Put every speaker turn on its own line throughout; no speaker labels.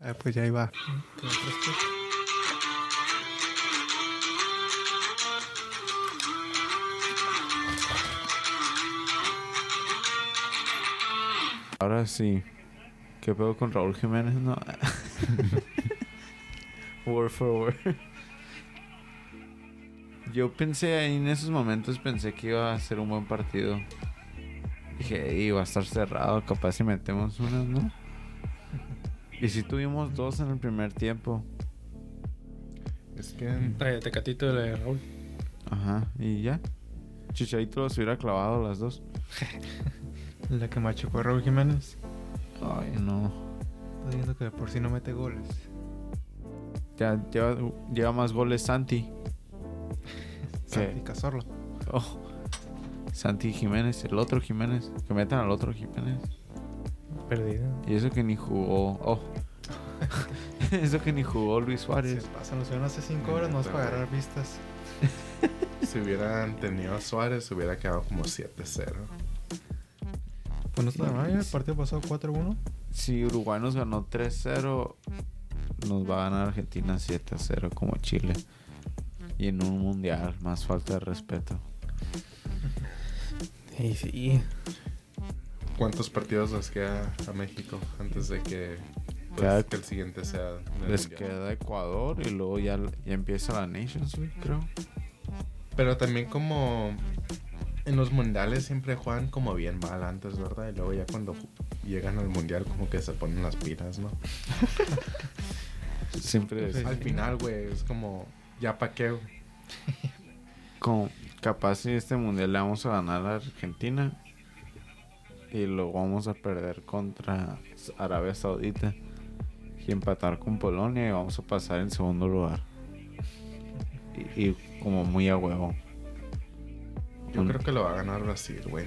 Ah, pues ya iba.
Ahora sí. ¿Qué pedo con Raúl Jiménez? No. word for word. Yo pensé ahí en esos momentos, pensé que iba a ser un buen partido. Dije, iba a estar cerrado, capaz si metemos unas, ¿no? Y si tuvimos dos en el primer tiempo.
Es que.
La de Ah, Tecatito y la de Raúl.
Ajá, y ya. Chicharito los hubiera clavado las dos.
La que machucó a Raúl Jiménez.
Ay, no.
Estoy viendo que de por si no mete goles.
Ya lleva, lleva más goles Santi.
Santi Cazorla.
Oh. Santi Jiménez, el otro Jiménez. Que metan al otro Jiménez.
Perdido.
Y eso que ni jugó. Oh. eso que ni jugó Luis
Se
Suárez.
pasan, lo subieron hace 5 horas, no es para agarrar vistas.
Si hubieran tenido a Suárez, hubiera quedado como 7-0.
Pues no está mal, el partido pasado 4-1.
Si Uruguay nos ganó 3-0, nos va a ganar Argentina 7-0 como Chile. Y en un mundial, más falta de respeto.
Sí, sí.
¿Cuántos partidos les queda a México antes de que, pues,
Queda-
que el siguiente sea? del
Les
Mundial?
queda Ecuador y luego ya, ya empieza la Nations League, creo.
Pero también como en los mundiales siempre juegan como bien mal antes, ¿verdad? Y luego ya cuando ju- llegan al mundial como que se ponen las pilas, ¿no?
Siempre
Sí.
es
Al final, güey, es como ya pa' qué. güey.
como capaz si este mundial le vamos a ganar a Argentina y lo vamos a perder contra Arabia Saudita y empatar con Polonia y vamos a pasar en segundo lugar. Y, y como muy a huevo.
Yo
Mm.
creo que lo va a ganar Brasil, güey.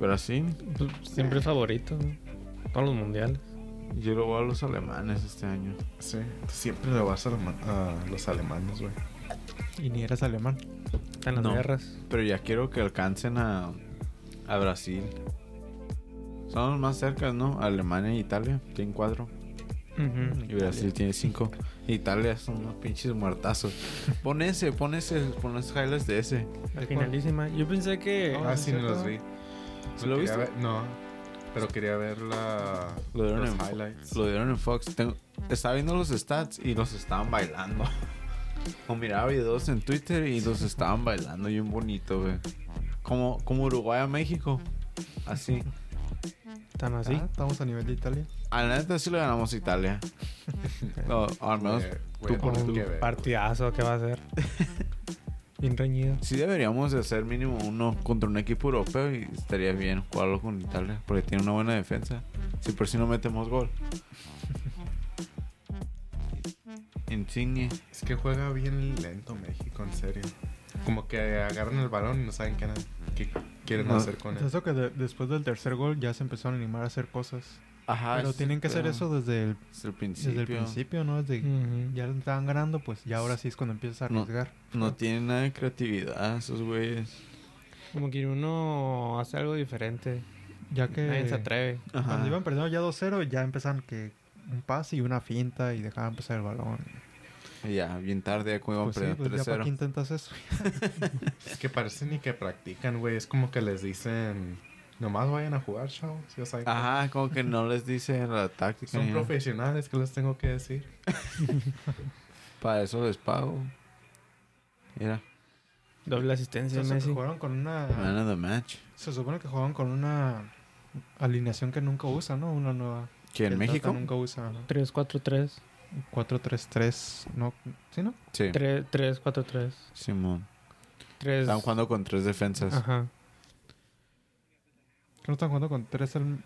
Brasil,
pues, Siempre es favorito. ¿no? Todos los mundiales.
yo lo voy a los alemanes este año.
Sí, siempre lo vas a, los ma- a los alemanes, güey.
Y ni eras alemán.
Están las
No.
guerras.
Pero ya quiero que alcancen a, a Brasil. Son los más cerca, ¿no? Alemania e Italia. Tienen cuatro. Y Brasil tiene 5. Italia son unos pinches muertazos. Pon ese, pon ese, pon los highlights de ese.
Al finalísima. Yo pensé que.
Ah,
Ah,
sí,
sí, no
cierto.
los vi.
¿Sí lo viste?
Quería ver- no, pero quería ver la,
Lo dieron
los
en-
highlights.
Lo dieron en Fox. Tengo- estaba viendo los stats y los estaban bailando. O miraba videos en Twitter y los estaban bailando bien bonito, güey. Como, como Uruguay a México. Así.
Tan así.
Ah, estamos a nivel de Italia.
A la neta sí le ganamos a Italia. No, al menos.
Güey,
tú
güey,
por
no,
tú.
que ver.
Partidazo que va a ser. Bien reñido.
Sí deberíamos de hacer mínimo uno contra un equipo europeo y estaría bien jugarlo con Italia porque tiene una buena defensa. Si por si no metemos gol. Insigne.
Es que juega bien lento México, en serio. Como que agarran el balón y no saben qué, na- qué quieren
No.
hacer con
Es
él.
eso que de- después del tercer gol ya se empezaron a animar a hacer cosas.
Ajá.
Pero
es-
tienen que hacer
pero
eso desde el,
Desde el principio.
desde el principio, ¿no? Desde
Ujú.
ya le estaban ganando, pues ya ahora sí es cuando empiezas a
No.
arriesgar.
No tienen nada de creatividad esos güeyes.
Como que uno hace algo diferente.
Ya que
Nadie se atreve.
Ajá.
cuando iban perdiendo ya 2-0, ya empezaron que un pase y una finta y dejaban pasar el balón.
Y Ya, bien tarde, ya como iban
Pues sí, pues
perdiendo
ya pues, para
3-0.
qué intentas eso.
Es que parece ni que practican, güey. Es como que les dicen, nomás vayan a jugar, chavos. Ya saben que
Ajá, como que no les dice la táctica.
Son
ni nada.
profesionales, ¿qué les tengo que decir?
Para eso les pago. Mira,
Doble asistencia,
Se supone que
Messi.
jugaron con
man
una
of the match.
se supone que jugaron con una alineación que nunca usa, ¿no? Una nueva.
¿Que
que
en
el
México?
Tata nunca usa. ¿no?
3-4-3.
4-3-3, no, ¿sí no?
Sí,
3-4-3.
Simón.
3.
Están jugando con tres defensas.
Ajá.
Que no están jugando con tres al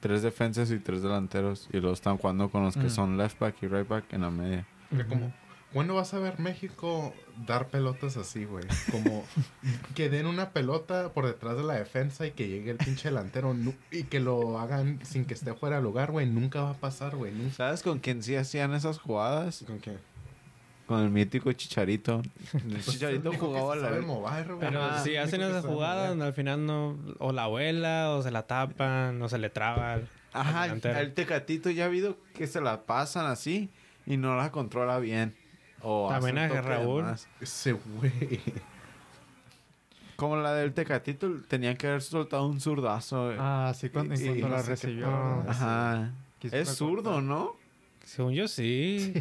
Tres defensas y tres delanteros. Y luego están jugando con los que
Mm.
son left back y right back en la media.
Porque como, ¿cuándo vas a ver México dar pelotas así, güey? Como que den una pelota por detrás de la defensa y que llegue el pinche delantero nu- y que lo hagan sin que esté fuera de lugar, güey. Nunca va a pasar, güey. Nunca.
¿Sabes con quién sí hacían esas jugadas?
¿Con qué?
Con el mítico Chicharito. El
Pues,
Chicharito
Dijo que
jugaba
se
la...
sabe mover, güey.
Pero
Ajá.
si hacen
Dijo que
esa
se sabe
jugada,
mover.
al final no. O la abuela, o se la tapan, o se le traba.
Ajá,
El
el,
delantero.
el tecatito ya ha habido que se la pasan así y no la controla bien. O
También
hace un
a
toque de
Raúl.
más.
Ese güey.
Como la del tecatito, tenía que haber soltado un zurdazo. eh.
Ah, sí, cuando,
Y-
en cuanto
y no
la
sé qué
recibió.
pedo.
¿no?
Ajá.
Quiso
Es
recordar.
zurdo, ¿no?
Según yo sí.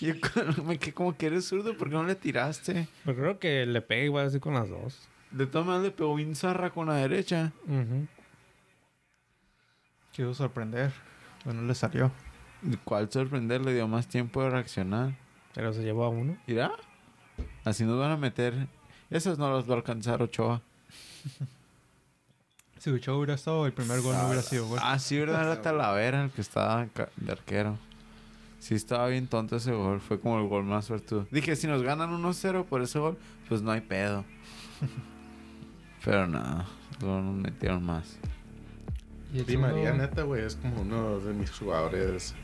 Yo cuando me quedé como que eres zurdo, ¿por qué no le tiraste?
Pero Pues creo que le pega igual así con las dos.
De todas maneras le pegó bien zarra con la derecha.
Ujú.
Quiso sorprender. Bueno, le salió.
¿Cuál sorprender? Le dio más tiempo de reaccionar.
Pero se llevó a uno.
Mira. Así nos van a meter. Esas no las va a alcanzar Ochoa.
Si Ochoa hubiera estado, el primer gol no hubiera sido gol.
Ah, sí, ¿verdad? Era Talavera el que estaba ca- de arquero. Sí, estaba bien tonto ese gol. Fue como el gol más suertudo. Dije, si nos ganan 1-0 por ese gol, pues no hay pedo. Pero nada, luego nos metieron más.
Y el
Di María,
segundo,
neta, güey, es como uno de mis jugadores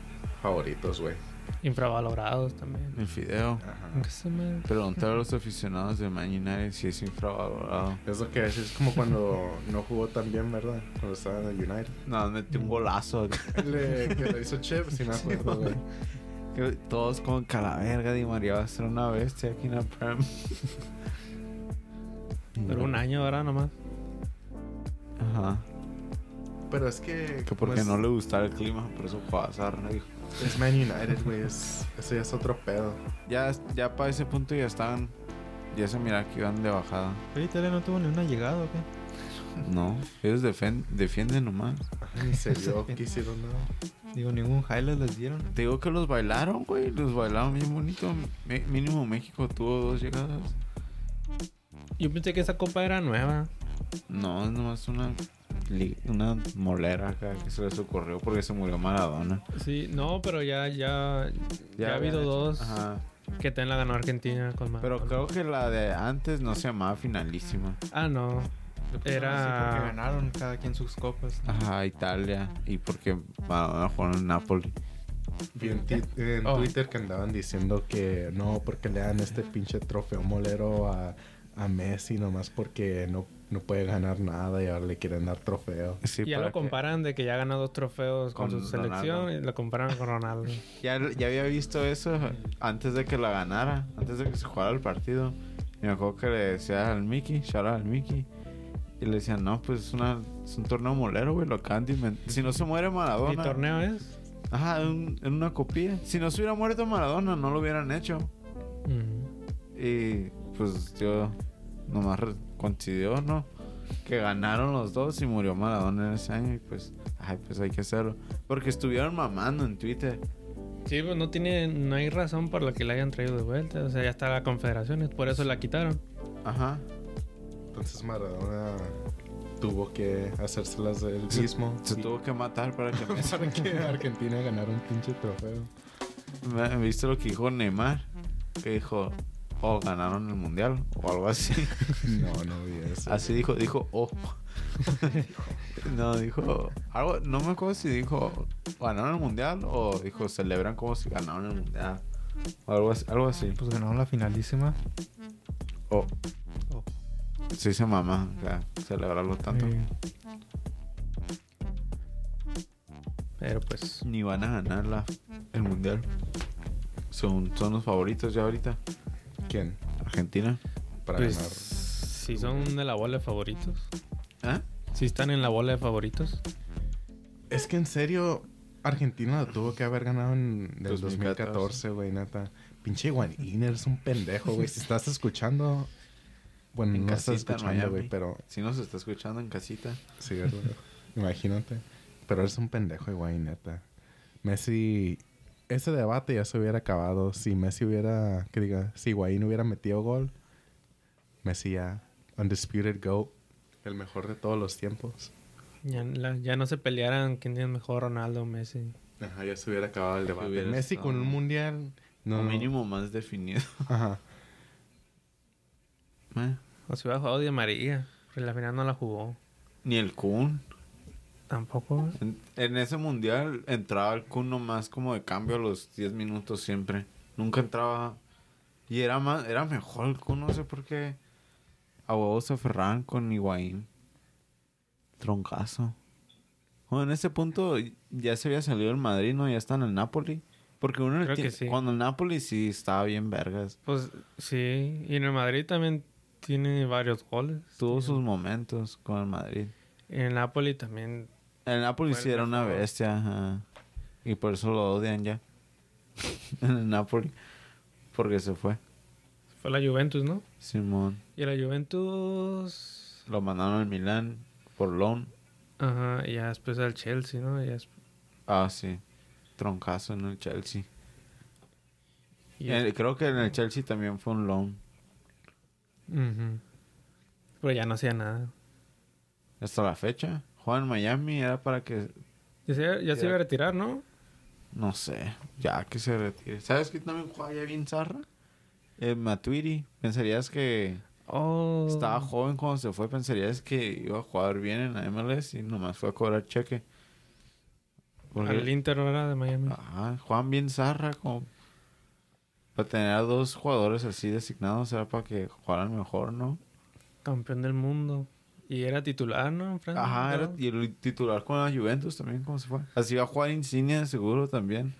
favoritos, güey.
Infravalorados también.
El fideo.
Ajá.
Aunque se me-
Preguntar a los aficionados de Man United si es infravalorado.
Es lo que es, es como cuando no jugó tan bien, ¿verdad? Cuando estaba en el United.
No, metió un golazo.
Le, que le hizo Chip, si me acuerdo, güey.
Que Todos con calaverga. Di María va a ser una bestia aquí en la Prem.
Pero un año ahora nomás.
Ajá.
Pero es que.
Que
como
porque
Pues
es,
no le gustaba el clima, por eso jugaba Sarna, dijo.
Es Man United, güey. Es, eso ya es otro pedo.
Ya, ya para ese punto ya estaban. Ya se mira que iban de bajada.
Oye, Italia no tuvo ni una llegada, ¿o qué?
No, ellos defen- defienden nomás.
Ni se vio que hicieron nada.
Digo, ningún highlight les dieron.
Te digo que los bailaron, güey. Los bailaron bien bonito. Me- mínimo México tuvo dos llegadas.
Yo pensé que esa copa era nueva.
No, es nomás una, li- una molera acá que se les ocurrió porque se murió Maradona.
Sí, no, pero ya, ya, ya,
habían
ha habido
hecho-
dos
Ajá.
que te la ganó Argentina con más.
Pero creo que la de antes no se llamaba finalísima.
Ah, no. Era-
Porque ganaron cada quien sus copas.
Ajá, Italia. Y porque Maradona jugó en Napoli.
Vi en, ti- en
Oh.
Twitter que andaban diciendo que no, porque le dan este pinche trofeo molero a, a Messi nomás porque no, no puede ganar nada y ahora le quieren dar trofeo.
Sí,
ya
para
lo
que-
comparan de que ya ganó dos trofeos con,
Con
su
Ronaldo.
selección y lo comparan con Ronaldo.
Ya, ya había visto eso antes de que la ganara, antes de que se jugara el partido. Y me acuerdo que le decía al Mickey, shout out al Mickey. Y le decían, no, pues es, una, es un torneo molero, güey, lo acaban de inventar. Si no se muere
¿Mi
Maradona.
torneo es?
Ajá, un- en una copia. Si no se hubiera muerto Maradona, no lo hubieran hecho.
Ujú.
Y pues yo nomás re- coincidió, ¿no? Que ganaron los dos y murió Maradona en ese año. Y pues, ay, pues hay que hacerlo. Porque estuvieron mamando en Twitter.
Sí, pues no tiene, no hay razón por la que la hayan traído de vuelta. O sea, ya está la confederación, por eso la quitaron.
Ajá.
Entonces Maradona tuvo que hacérselas del
Se-
mismo.
Se
y-
tuvo que matar para que Messi-
para que Argentina ganara un pinche trofeo.
Ma- ¿Viste lo que dijo Neymar? Que dijo, oh, ganaron el mundial o algo así.
No, no vi eso.
Así dijo, dijo, oh. no, dijo, algo, no me acuerdo si dijo, ganaron el mundial o dijo, celebran como si ganaron el mundial. O algo así. Algo así.
Pues ganaron la finalísima.
Oh.
Oh.
Sí se mamá, o sea, celebrarlo tanto.
Eh,
Pero pues,
Ni van a ganar la, el mundial. Son, son los favoritos ya ahorita.
¿Quién?
Argentina.
Para
pues
ganar.
si son de la bola de favoritos.
¿Ah?
Si están en la bola de favoritos.
Es que en serio, Argentina lo tuvo que haber ganado en el
2014.
2014, güey, neta. Pinche Guanín, eres un pendejo, güey. Si estás escuchando. Bueno,
En
no estás
casita, en
escuchando,
Miami.
güey, pero.
Si nos está escuchando en casita.
Sí, ¿verdad? Imagínate. Pero eres un pendejo, güey, neta. Messi. Ese debate ya se hubiera acabado. Si Messi hubiera. Que diga, si Guaín hubiera metido gol, Messi ya. Undisputed GOAT. El mejor de todos los tiempos.
Ya, la- ya no se pelearan quién es mejor, Ronaldo o Messi.
Ajá, ya se hubiera acabado el
debate.
Messi con un mundial. No,
o mínimo más definido.
Ajá.
Eh,
O si hubiera jugado Di María, pero la final no la jugó.
Ni el Kun.
Tampoco.
En, en ese mundial entraba el Kun nomás como de cambio a los 10 minutos siempre. Nunca entraba. Y era más, era mejor el Kun, no sé por qué. A huevos se aferraban con Higuaín. Troncazo. Bueno, en ese punto ya se había salido el Madrid, ¿no? Ya está en el Napoli. Porque uno
Creo
tie-
que sí.
cuando el Napoli sí estaba bien vergas.
Pues sí, y en el Madrid también tiene varios goles.
Tuvo sus momentos con el Madrid.
En el Napoli también.
El Napoli
Fue
sí
el
era una
mejor.
bestia. ajá. Y por eso lo odian ya. en el Napoli. Porque se fue.
Fue la Juventus, ¿no?
Simón.
Y la Juventus.
Lo mandaron al Milán por loan.
Ajá, y ya después al Chelsea, ¿no? Ya es-
Ah, sí. Troncazo en el Chelsea.
y
Eh, creo que en el Chelsea también fue un loan.
Ujú. Pero ya no hacía nada.
Hasta la fecha. Juega en Miami era para que
Ya se, ya se
Ya.
iba a retirar, ¿no?
No sé, ya que se retire. ¿Sabes que también jugaba ya bien zarra? Eh, Matuidi. Pensarías que
Oh.
estaba joven cuando se fue, pensarías que iba a jugar bien en la MLS y nomás fue a cobrar cheque. Porque, Ah.
Al Inter, ¿no era de Miami?
ajá, juegan bien zarra. Como... Para tener a dos jugadores así designados era para que jugaran mejor, ¿no?
Campeón del mundo. Y era titular, ¿no? Fran?
Ajá, era-
¿No?
y el titular con la Juventus también, ¿cómo se fue? Así va a jugar Insignia seguro también.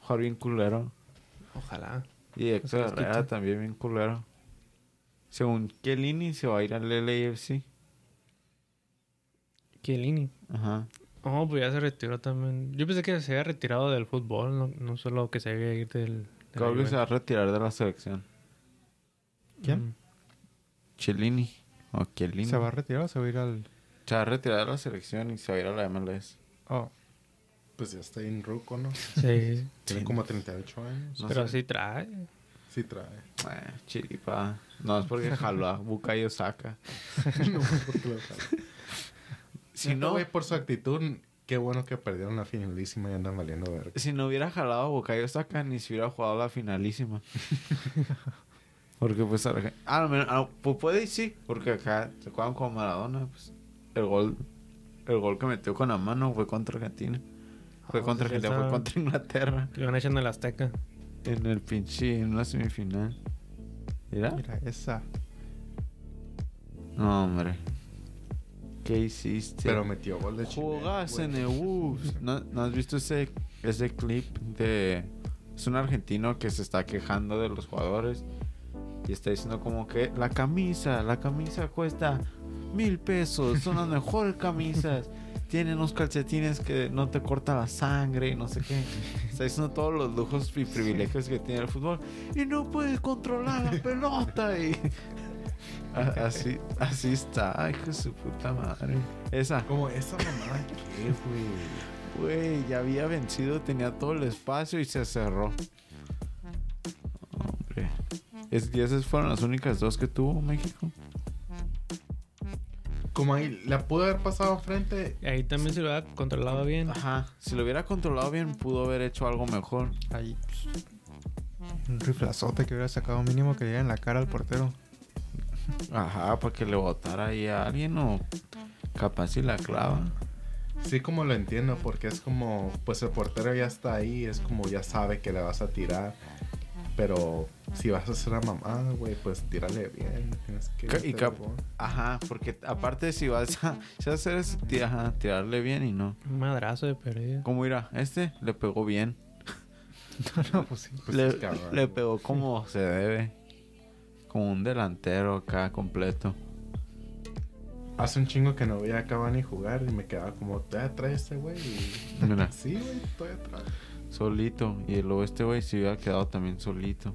Jugar bien culero.
Ojalá.
Y Héctor
les quita.
Herrera también bien culero. Según Kelini se va a ir al LAFC.
Chiellini.
Ajá.
Oh, pues ya se retiró también. Yo pensé que se había retirado del fútbol, no, no solo que se había ido del... de la
Creo que se va
Juventus.
a retirar de la selección.
¿Quién?
Mm.
Chelini. O Chiellini.
¿Se va a retirar o se va a ir al.?
Se va a retirar de la selección y se va a ir a la MLS.
Oh,
Pues ya está en Ruco, ¿no?
Sí,
Tiene
Sí.
como 38 años.
No
pero
sé.
sí trae.
Sí trae.
Eh, chiripa. No, es porque jaló a Bukayo Saka.
no, porque lo trae.
Si no,
güey, por su actitud, qué bueno que perdieron la finalísima y andan valiendo verga.
si no hubiera jalado a Bukayo Saka, ni se hubiera jugado la finalísima. porque pues... Arge- Ah, no, ah, pues puede y sí. Porque acá se juegan con Maradona. Pues, el gol... El gol que metió con la mano fue contra Argentina. Fue
Ah,
contra
sí, sí,
Argentina, fue
sabe.
contra Inglaterra.
Lo van echando al Azteca.
En el pinche, en una semifinal. ¿Era?
mira, esa.
No, hombre. ¿Qué hiciste?
Pero metió gol de Chile.
Jugás
güey.
en el Wolves. ¿No, no has visto ese, ese clip de... Es un argentino que se está quejando de los jugadores. Y está diciendo como que la camisa, la camisa cuesta mil pesos. Son las mejores camisas. Tienen unos calcetines que no te corta la sangre y no sé qué. Está diciendo todos los lujos y privilegios que tiene el fútbol. Y no puedes controlar la pelota. Y... A- Así, así está. Ay, que su puta madre. Esa.
Como esa mamada que es, güey.
Güey, ya había vencido, tenía todo el espacio y se cerró. Hombre. Es, y esas fueron las únicas dos que tuvo México.
Como ahí, la pudo haber pasado enfrente.
Y ahí también se lo ha controlado bien.
Ajá. Si lo hubiera controlado bien, pudo haber hecho algo mejor.
Ahí. Un riflazote que hubiera sacado mínimo que le diera en la cara al portero.
Ajá, para que le votara ahí a alguien o capaz si la clava.
Sí, como lo entiendo, porque es como, pues el portero ya está ahí, es como ya sabe que le vas a tirar. Pero si vas a hacer la mamada, güey, pues tírale bien. Tienes que.
Ca- y
meter
cap-
gol.
Ajá, porque ajá, si vas a, si vas a hacer eso, ti- ajá, tirarle bien y no.
Un madrazo de pérdida.
¿Cómo irá? Este le pegó bien.
No, no, pues sí.
Pues,
le,
es cabrón,
le
güey.
pegó como se debe. Como un delantero acá completo.
Hace un chingo que no veía a Cavani jugar y me quedaba como, todavía trae este güey. Y...
Mira,
Sí, güey, todavía trae.
solito. Y luego este güey se hubiera quedado también solito.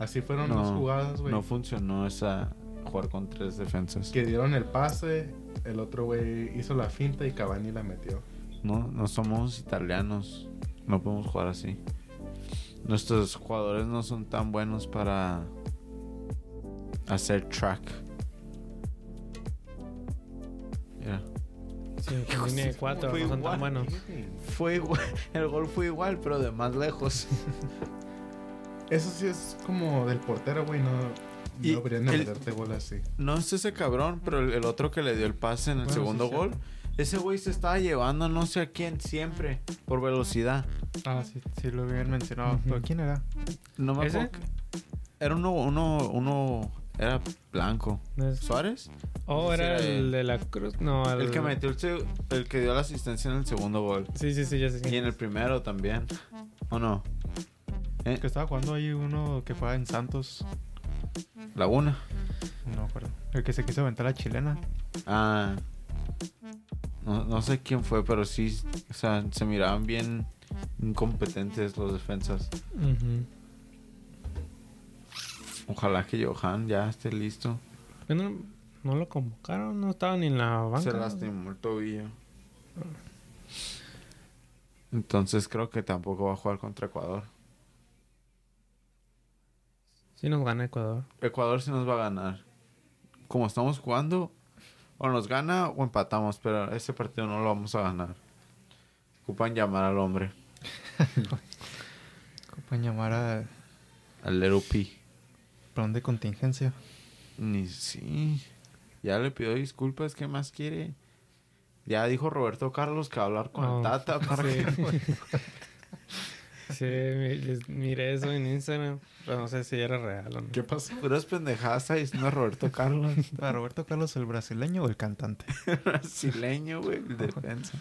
Así fueron
No,
las jugadas, güey.
No funcionó esa jugar con tres defensas.
que dieron el pase, el otro güey hizo la finta y Cavani la metió.
No, no somos italianos. No podemos jugar así. Nuestros jugadores no son tan buenos para hacer track. Mira.
Sí, en línea de cuatro,
Fue
no son
igual.
tan buenos.
Fue igual, el gol fue igual, pero de más lejos.
Eso sí es como del portero, güey, no,
Y
no deberían de
el-
meterte gol así.
No es ese cabrón, pero el, el otro que le dio el pase en el
Bueno,
segundo
sí,
gol.
cierto.
Ese güey se estaba llevando no sé a quién siempre por velocidad.
Ah, sí, sí lo habían mencionado.
Ujú.
¿Pero quién era?
No me
¿Ese?
acuerdo. que- Era uno, uno, uno Era blanco.
Es-
¿Suárez?
Oh,
Ese
era
era
el
el-
de la cruz. No,
El que metió el, seg- el que dio la asistencia en el segundo gol.
Sí, sí, sí, ya sé.
Y
quién.
en el primero también. ¿O no? Eh,
Que estaba jugando ahí uno que fue en Santos.
Laguna.
No me acuerdo. El que se quiso aventar la chilena.
Ah. No, no sé quién fue, pero sí. O sea, se miraban bien incompetentes los defensas.
Ujú.
Ojalá que Johan ya esté listo.
Pero No, no lo convocaron, no estaba ni en la banca.
Se lastimó el tobillo. Entonces creo que tampoco va a jugar contra Ecuador.
Sí nos gana Ecuador.
Ecuador sí nos va a ganar. Como estamos jugando, o nos gana o empatamos, pero ese partido no lo vamos a ganar. Ocupan llamar al hombre,
¿Cómo pueden llamar a
al Little P.
plan de contingencia?
Ni sí. Ya le pidió disculpas, ¿qué más quiere? Ya dijo Roberto Carlos que va a hablar con
Oh,
el Tata para
sí.
que-
Sí, mi- les- miré eso en Instagram, pero no sé si era real o no.
¿Qué pasó?
Puras pendejadas está diciendo Roberto Carlos.
¿A Roberto Carlos el brasileño o el cantante?
brasileño, güey, el defensa.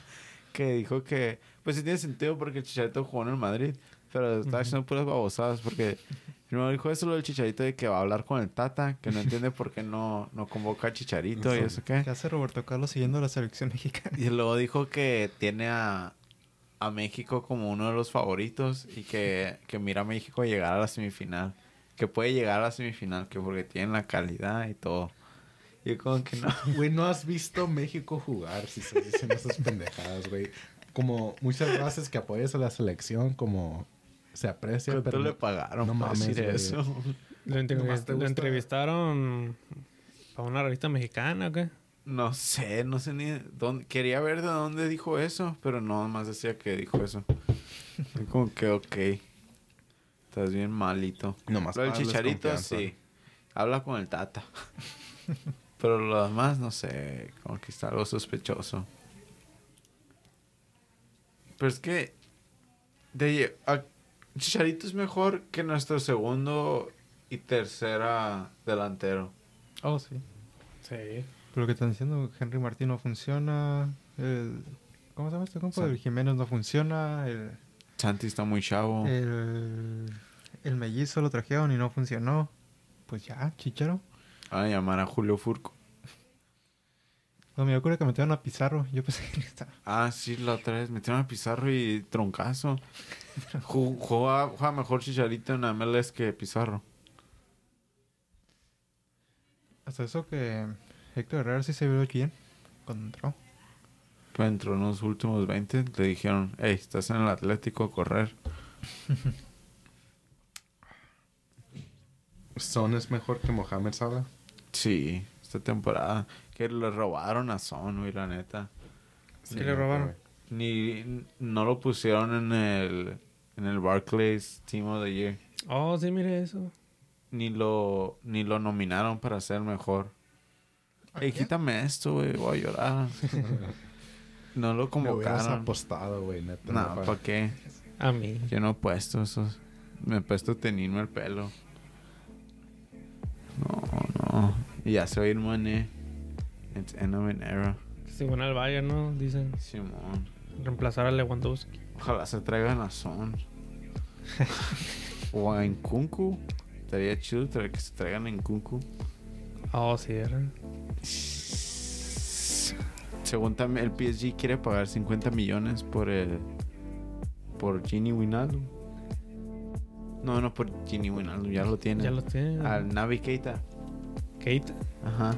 Que dijo que, pues sí tiene sentido porque el Chicharito jugó en el Madrid, pero está haciendo puras babosadas porque primero dijo eso lo del Chicharito de que va a hablar con el Tata, que no entiende por qué no, no convoca a Chicharito y eso qué.
¿Qué hace Roberto Carlos siguiendo la selección mexicana?
Y luego dijo que tiene a, a México como uno de los favoritos y que, que mira a México llegar a la semifinal. Que puede llegar a la semifinal, que porque tienen la calidad y todo. Y yo como que no.
Güey, no has visto México jugar si se dicen esas pendejadas, güey. Como muchas frases que apoyas a la selección, como se aprecia,
¿Cuánto
pero
le pagaron
no
para
mames,
decir
güey.
eso?
Lo, entrevist-
Nomás te
lo
gusta-
entrevistaron para una revista mexicana o qué.
No sé, no sé ni dónde. Quería ver de dónde dijo eso, pero no, más decía que dijo eso. Y como que, ok. Estás bien malito.
Nomás
Lo del
para darles
chicharito,
confianza.
sí. Habla con el tata. pero lo demás, no sé. Como que está algo sospechoso. Pero es que. De, lle- a- chicharito es mejor que nuestro segundo y tercera delantero.
Oh, sí.
Sí.
Pero lo que están diciendo, Henry Martín no funciona. el- ¿Cómo se llama este compa?
San-
El Jiménez no funciona. El,
Santi está muy chavo.
Eh, el, el mellizo lo trajeron y no funcionó. Pues ya, chicharo.
Van a llamar a Julio Furco.
No, me ocurre que metieron a Pizarro. Yo pensé que estaba.
Ah, sí, la otra vez metieron a Pizarro y Troncazo. Ju- Juega, juega mejor Chicharito en la MLS que Pizarro.
Hasta eso que Héctor Herrera sí se vio bien cuando entró.
Pero entró en los últimos 20, le dijeron, hey, estás en el Atlético a correr.
Son es mejor que Mohamed Salah.
Sí, esta temporada. Que le robaron a Son, güey, la neta.
¿Qué le robaron?
Ni, no lo pusieron en el, en el Barclays Team of the Year.
Oh, sí, mire eso.
Ni lo, ni lo nominaron para ser mejor.
¿A
Ey,
quién?
quítame esto, güey, voy a llorar. no lo
Como hubieras
convocaron.
apostado, güey, neta.
No,
Rafa.
¿para qué?
A mí.
Yo no he puesto esos. Me he puesto tenerme el pelo. No, no. Y ya soy el money. It's end of an era.
Se van al Bayern, ¿no? Dicen.
Simón.
Reemplazar a Lewandowski.
Ojalá se traigan a Son. o a Nkunku. Estaría chido tra- que se traigan a Nkunku.
Oh, sí, era.
Según también el PSG quiere pagar 50 millones por el por Gini Winaldo. No, no por Gini Winaldo, ya lo tiene.
Ya lo tienen.
Al Navi Keita.
Keita.
Ajá.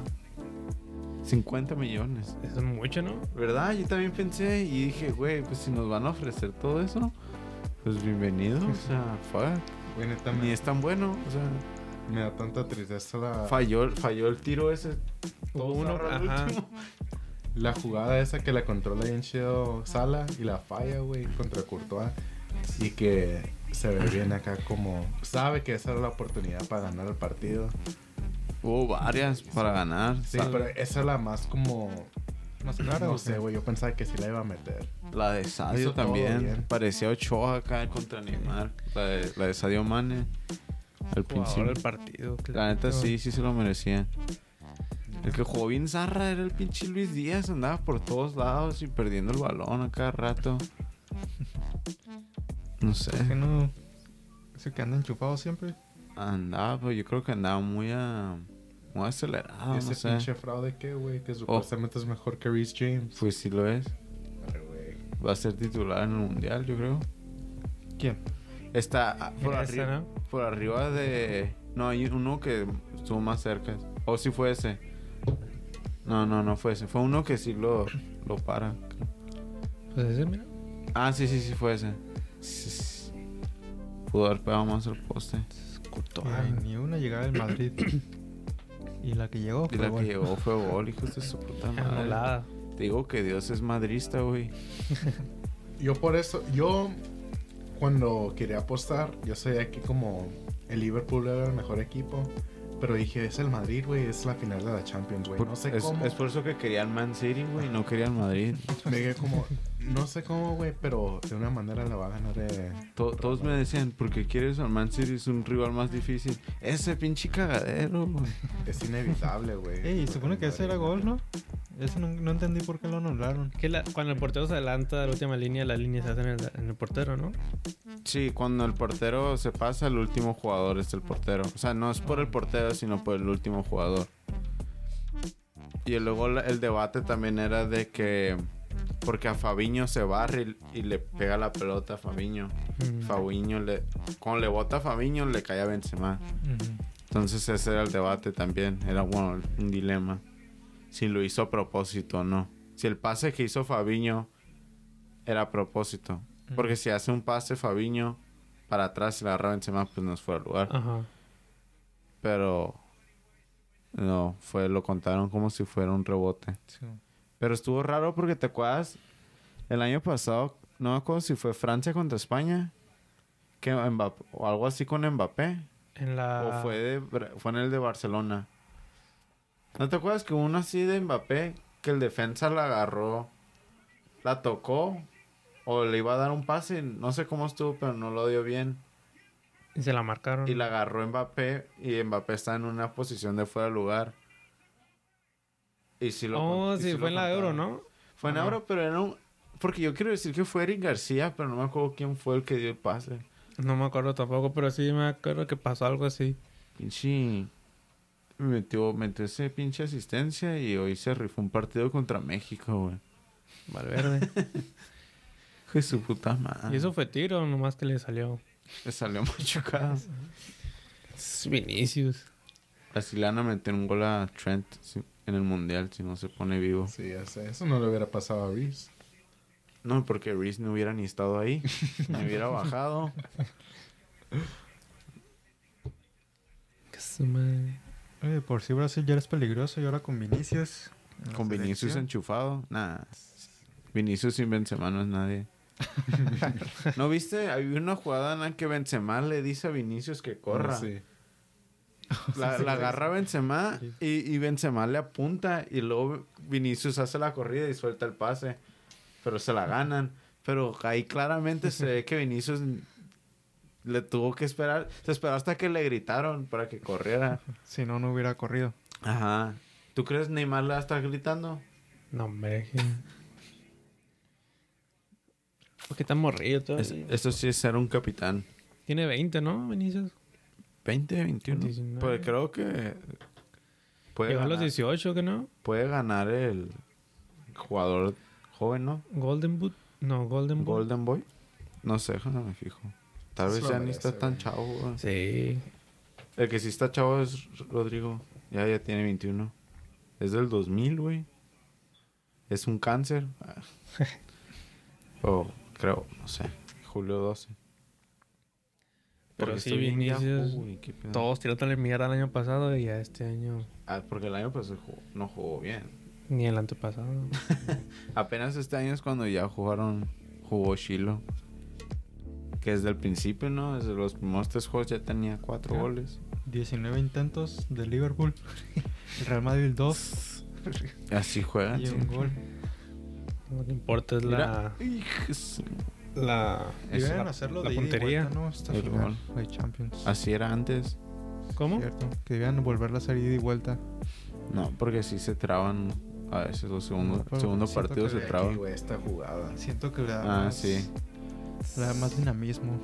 50 millones.
Eso es mucho, ¿no?
¿Verdad? Yo también pensé y dije, güey, pues si nos van a ofrecer todo eso, pues bienvenido. O sea, fuck.
Güey, neta,
Ni
me,
es tan bueno. O sea,
me da tanta tristeza la,
falló, falló el tiro ese.
Hubo uno,
Zorro al
ajá.
último.
la jugada esa que la controla bien chido Sala y la falla, güey, contra Courtois. Y que se ve bien acá como... Sabe que esa era la oportunidad para ganar el partido.
Hubo varias para ganar.
Sí,
Sal-
pero esa es la más como...
Más claro.
No sé, güey. Yo pensaba que sí la iba a meter.
La de Sadio
Hizo todo
también.
bien.
Parecía Ochoa acá contra Neymar. La de, la de Sadio Mane. al
Jugador
principio.
del partido.
La neta sí, sí se lo merecía. El que jugó bien zarra era el pinche Luis Díaz, andaba por todos lados y perdiendo el balón a cada rato. No sé,
Que no. Ese que anda enchufado siempre.
andaba, pero yo creo que andaba muy a, muy acelerado,
Ese
Ah, no sé. Oh.
pinche fraude que, güey, que supuestamente es mejor que Reese James.
Pues sí lo es.
Arre, güey.
Va a ser titular en el mundial, yo creo.
¿Quién?
Está ah, por
Era ese,
arriba,
¿no?
por arriba de. No, hay uno que estuvo más cerca. O si fue ese. No, no, no fue ese. Fue uno que sí lo, lo para. creo.
Pues ese, mira.
Ah, sí, sí, sí fue ese. Sí, sí. Pudo haber pegado más al poste.
Ay, ni una llegada del Madrid. y la que llegó.
Y
fue
la que
gol.
llegó fue gol, hijo de su puta
Ah,
madre.
Anulada.
Te digo que Dios es madrista, güey.
Yo por eso, yo cuando quería apostar, yo sabía que como el Liverpool era el mejor equipo. Pero dije, es el Madrid, güey, es la final de la Champions, güey.
Por-
No sé
es,
cómo.
es por eso que quería el Man City, güey, no quería el Madrid.
Me quedé como, no sé cómo, güey, pero de una manera la va a ganar. eh.
To- todos me decían, porque quieres al Man City? Es un rival más difícil. Ese pinche cagadero, güey.
Es inevitable, güey.
Ey, supone que ese era gol, ¿no? Eso no, no entendí por qué lo anularon.
Que la- cuando el portero se adelanta de la última línea, la línea se hace en el, en el portero, ¿no?
Sí, cuando el portero se pasa, el último jugador es el portero. O sea, no es por el portero, sino por el último jugador. Y luego la- el debate también era de que... Porque a Fabiño se barre y, y le pega la pelota a Fabiño.
Mm.
Fabiño le... Cuando le bota a Fabiño, le cae a Benzema. Entonces ese era el debate también. Era, bueno, un dilema. Si lo hizo a propósito o no. Si el pase que hizo Fabiño era a propósito. Porque si hace un pase Fabiño para atrás y la agarra Benzema, pues nos fue al lugar.
Ajá.
Pero no, fue, lo contaron como si fuera un rebote.
Sí.
Pero estuvo raro porque te acuerdas, el año pasado, no me acuerdo si fue Francia contra España, que Mbapp- o algo así con Mbappé,
En la.
o fue, de Bra- fue en el de Barcelona. ¿No te acuerdas que uno así de Mbappé, que el defensa la agarró, la tocó, o le iba a dar un pase? No sé cómo estuvo, pero no lo dio bien.
Y se la marcaron.
Y la agarró Mbappé, y Mbappé está en una posición de fuera de lugar. Y si lo
Oh,
con- y
sí,
sí
fue
lo
en la euro,
contaron.
¿no?
Fue en
Ajá.
Euro, pero era un... Porque yo quiero decir que fue Eric García, pero no me acuerdo quién fue el que dio el pase.
No me acuerdo tampoco, pero sí me acuerdo que pasó algo así.
Pinche. Metió, metió ese pinche asistencia y hoy se rifó un partido contra México, güey.
Valverde.
Hijo de su puta madre.
y eso fue tiro, nomás que le salió.
Le salió machucado.
Es Vinicius.
Brasilana metió un gol a Trent si- en el mundial si no se pone vivo.
Sí, ya sé, Eso no le hubiera pasado a Reese.
No, porque Reese no hubiera ni estado ahí. Me hubiera bajado.
Que su madre.
Oye, por si Brasil ya eres peligroso y ahora con Vinicius. en la
Con Vinicius
selección.
enchufado. Nada. Vinicius sin Benzema no es nadie. ¿No viste? Había una jugada en la que Benzema le dice a Vinicius que corra.
Sí.
La, la agarra Benzema y, y Benzema le apunta y luego Vinicius hace la corrida y suelta el pase. Pero se la ganan. Pero ahí claramente se ve que Vinicius le tuvo que esperar. Se esperó hasta que le gritaron para que corriera.
Si no, no hubiera corrido.
Ajá. ¿Tú crees Neymar le está gritando?
No, hombre. que- ¿Por qué tan morrido
Es-
todavía?
eso sí es ser un capitán.
Tiene 20, ¿no, Vinicius?
20, 21.
19.
Pero Pues creo que puede
Llegó a los
ganar,
18, ¿que no?
puede ganar el jugador joven, ¿no?
Golden Boot. No, Golden Boot.
Golden Boy. No sé, no me fijo. Tal
Se
vez
lo
ya ni
merece,
está tan
güey.
chavo. güey.
Sí.
El que sí está chavo es Rodrigo. Ya, ya tiene 21. Es del 2000, güey. Es un cáncer. Ah. o creo, no sé. Julio 12.
Pero
Porque
sí,
estoy bien
Vinicius,
viejo, güey, qué pedo.
Todos tirándole mierda el año pasado y ya este año
Ah, porque el año pasado jugó- no jugó bien.
ni el antepasado.
Apenas este año es cuando ya jugaron, jugó Shiloh. Que desde el principio, ¿no? Desde los primeros tres juegos ya tenía cuatro
Ah.
goles.
19 intentos de Liverpool. El Real Madrid 2
Así juegan.
y
Ah, sí.
un gol.
Lo que importa es
Mira,
la,
hijo de su-
la.
Es
Deberían
la-
hacerlo
la
de ida y
puntería.
vuelta, ¿no? Esta
El
final
gol. ¿Ah,
de Champions.
Así era antes.
¿Cómo?
Cierto. Que debían volverla a hacer ida y vuelta.
No, porque si se traban a veces los
No,
segundos.
pero
segundo
siento
partido
que
se
de
traba.
Aquí, güey, esta jugada.
Siento que le da
Ah,
más,
sí.
le da más dinamismo.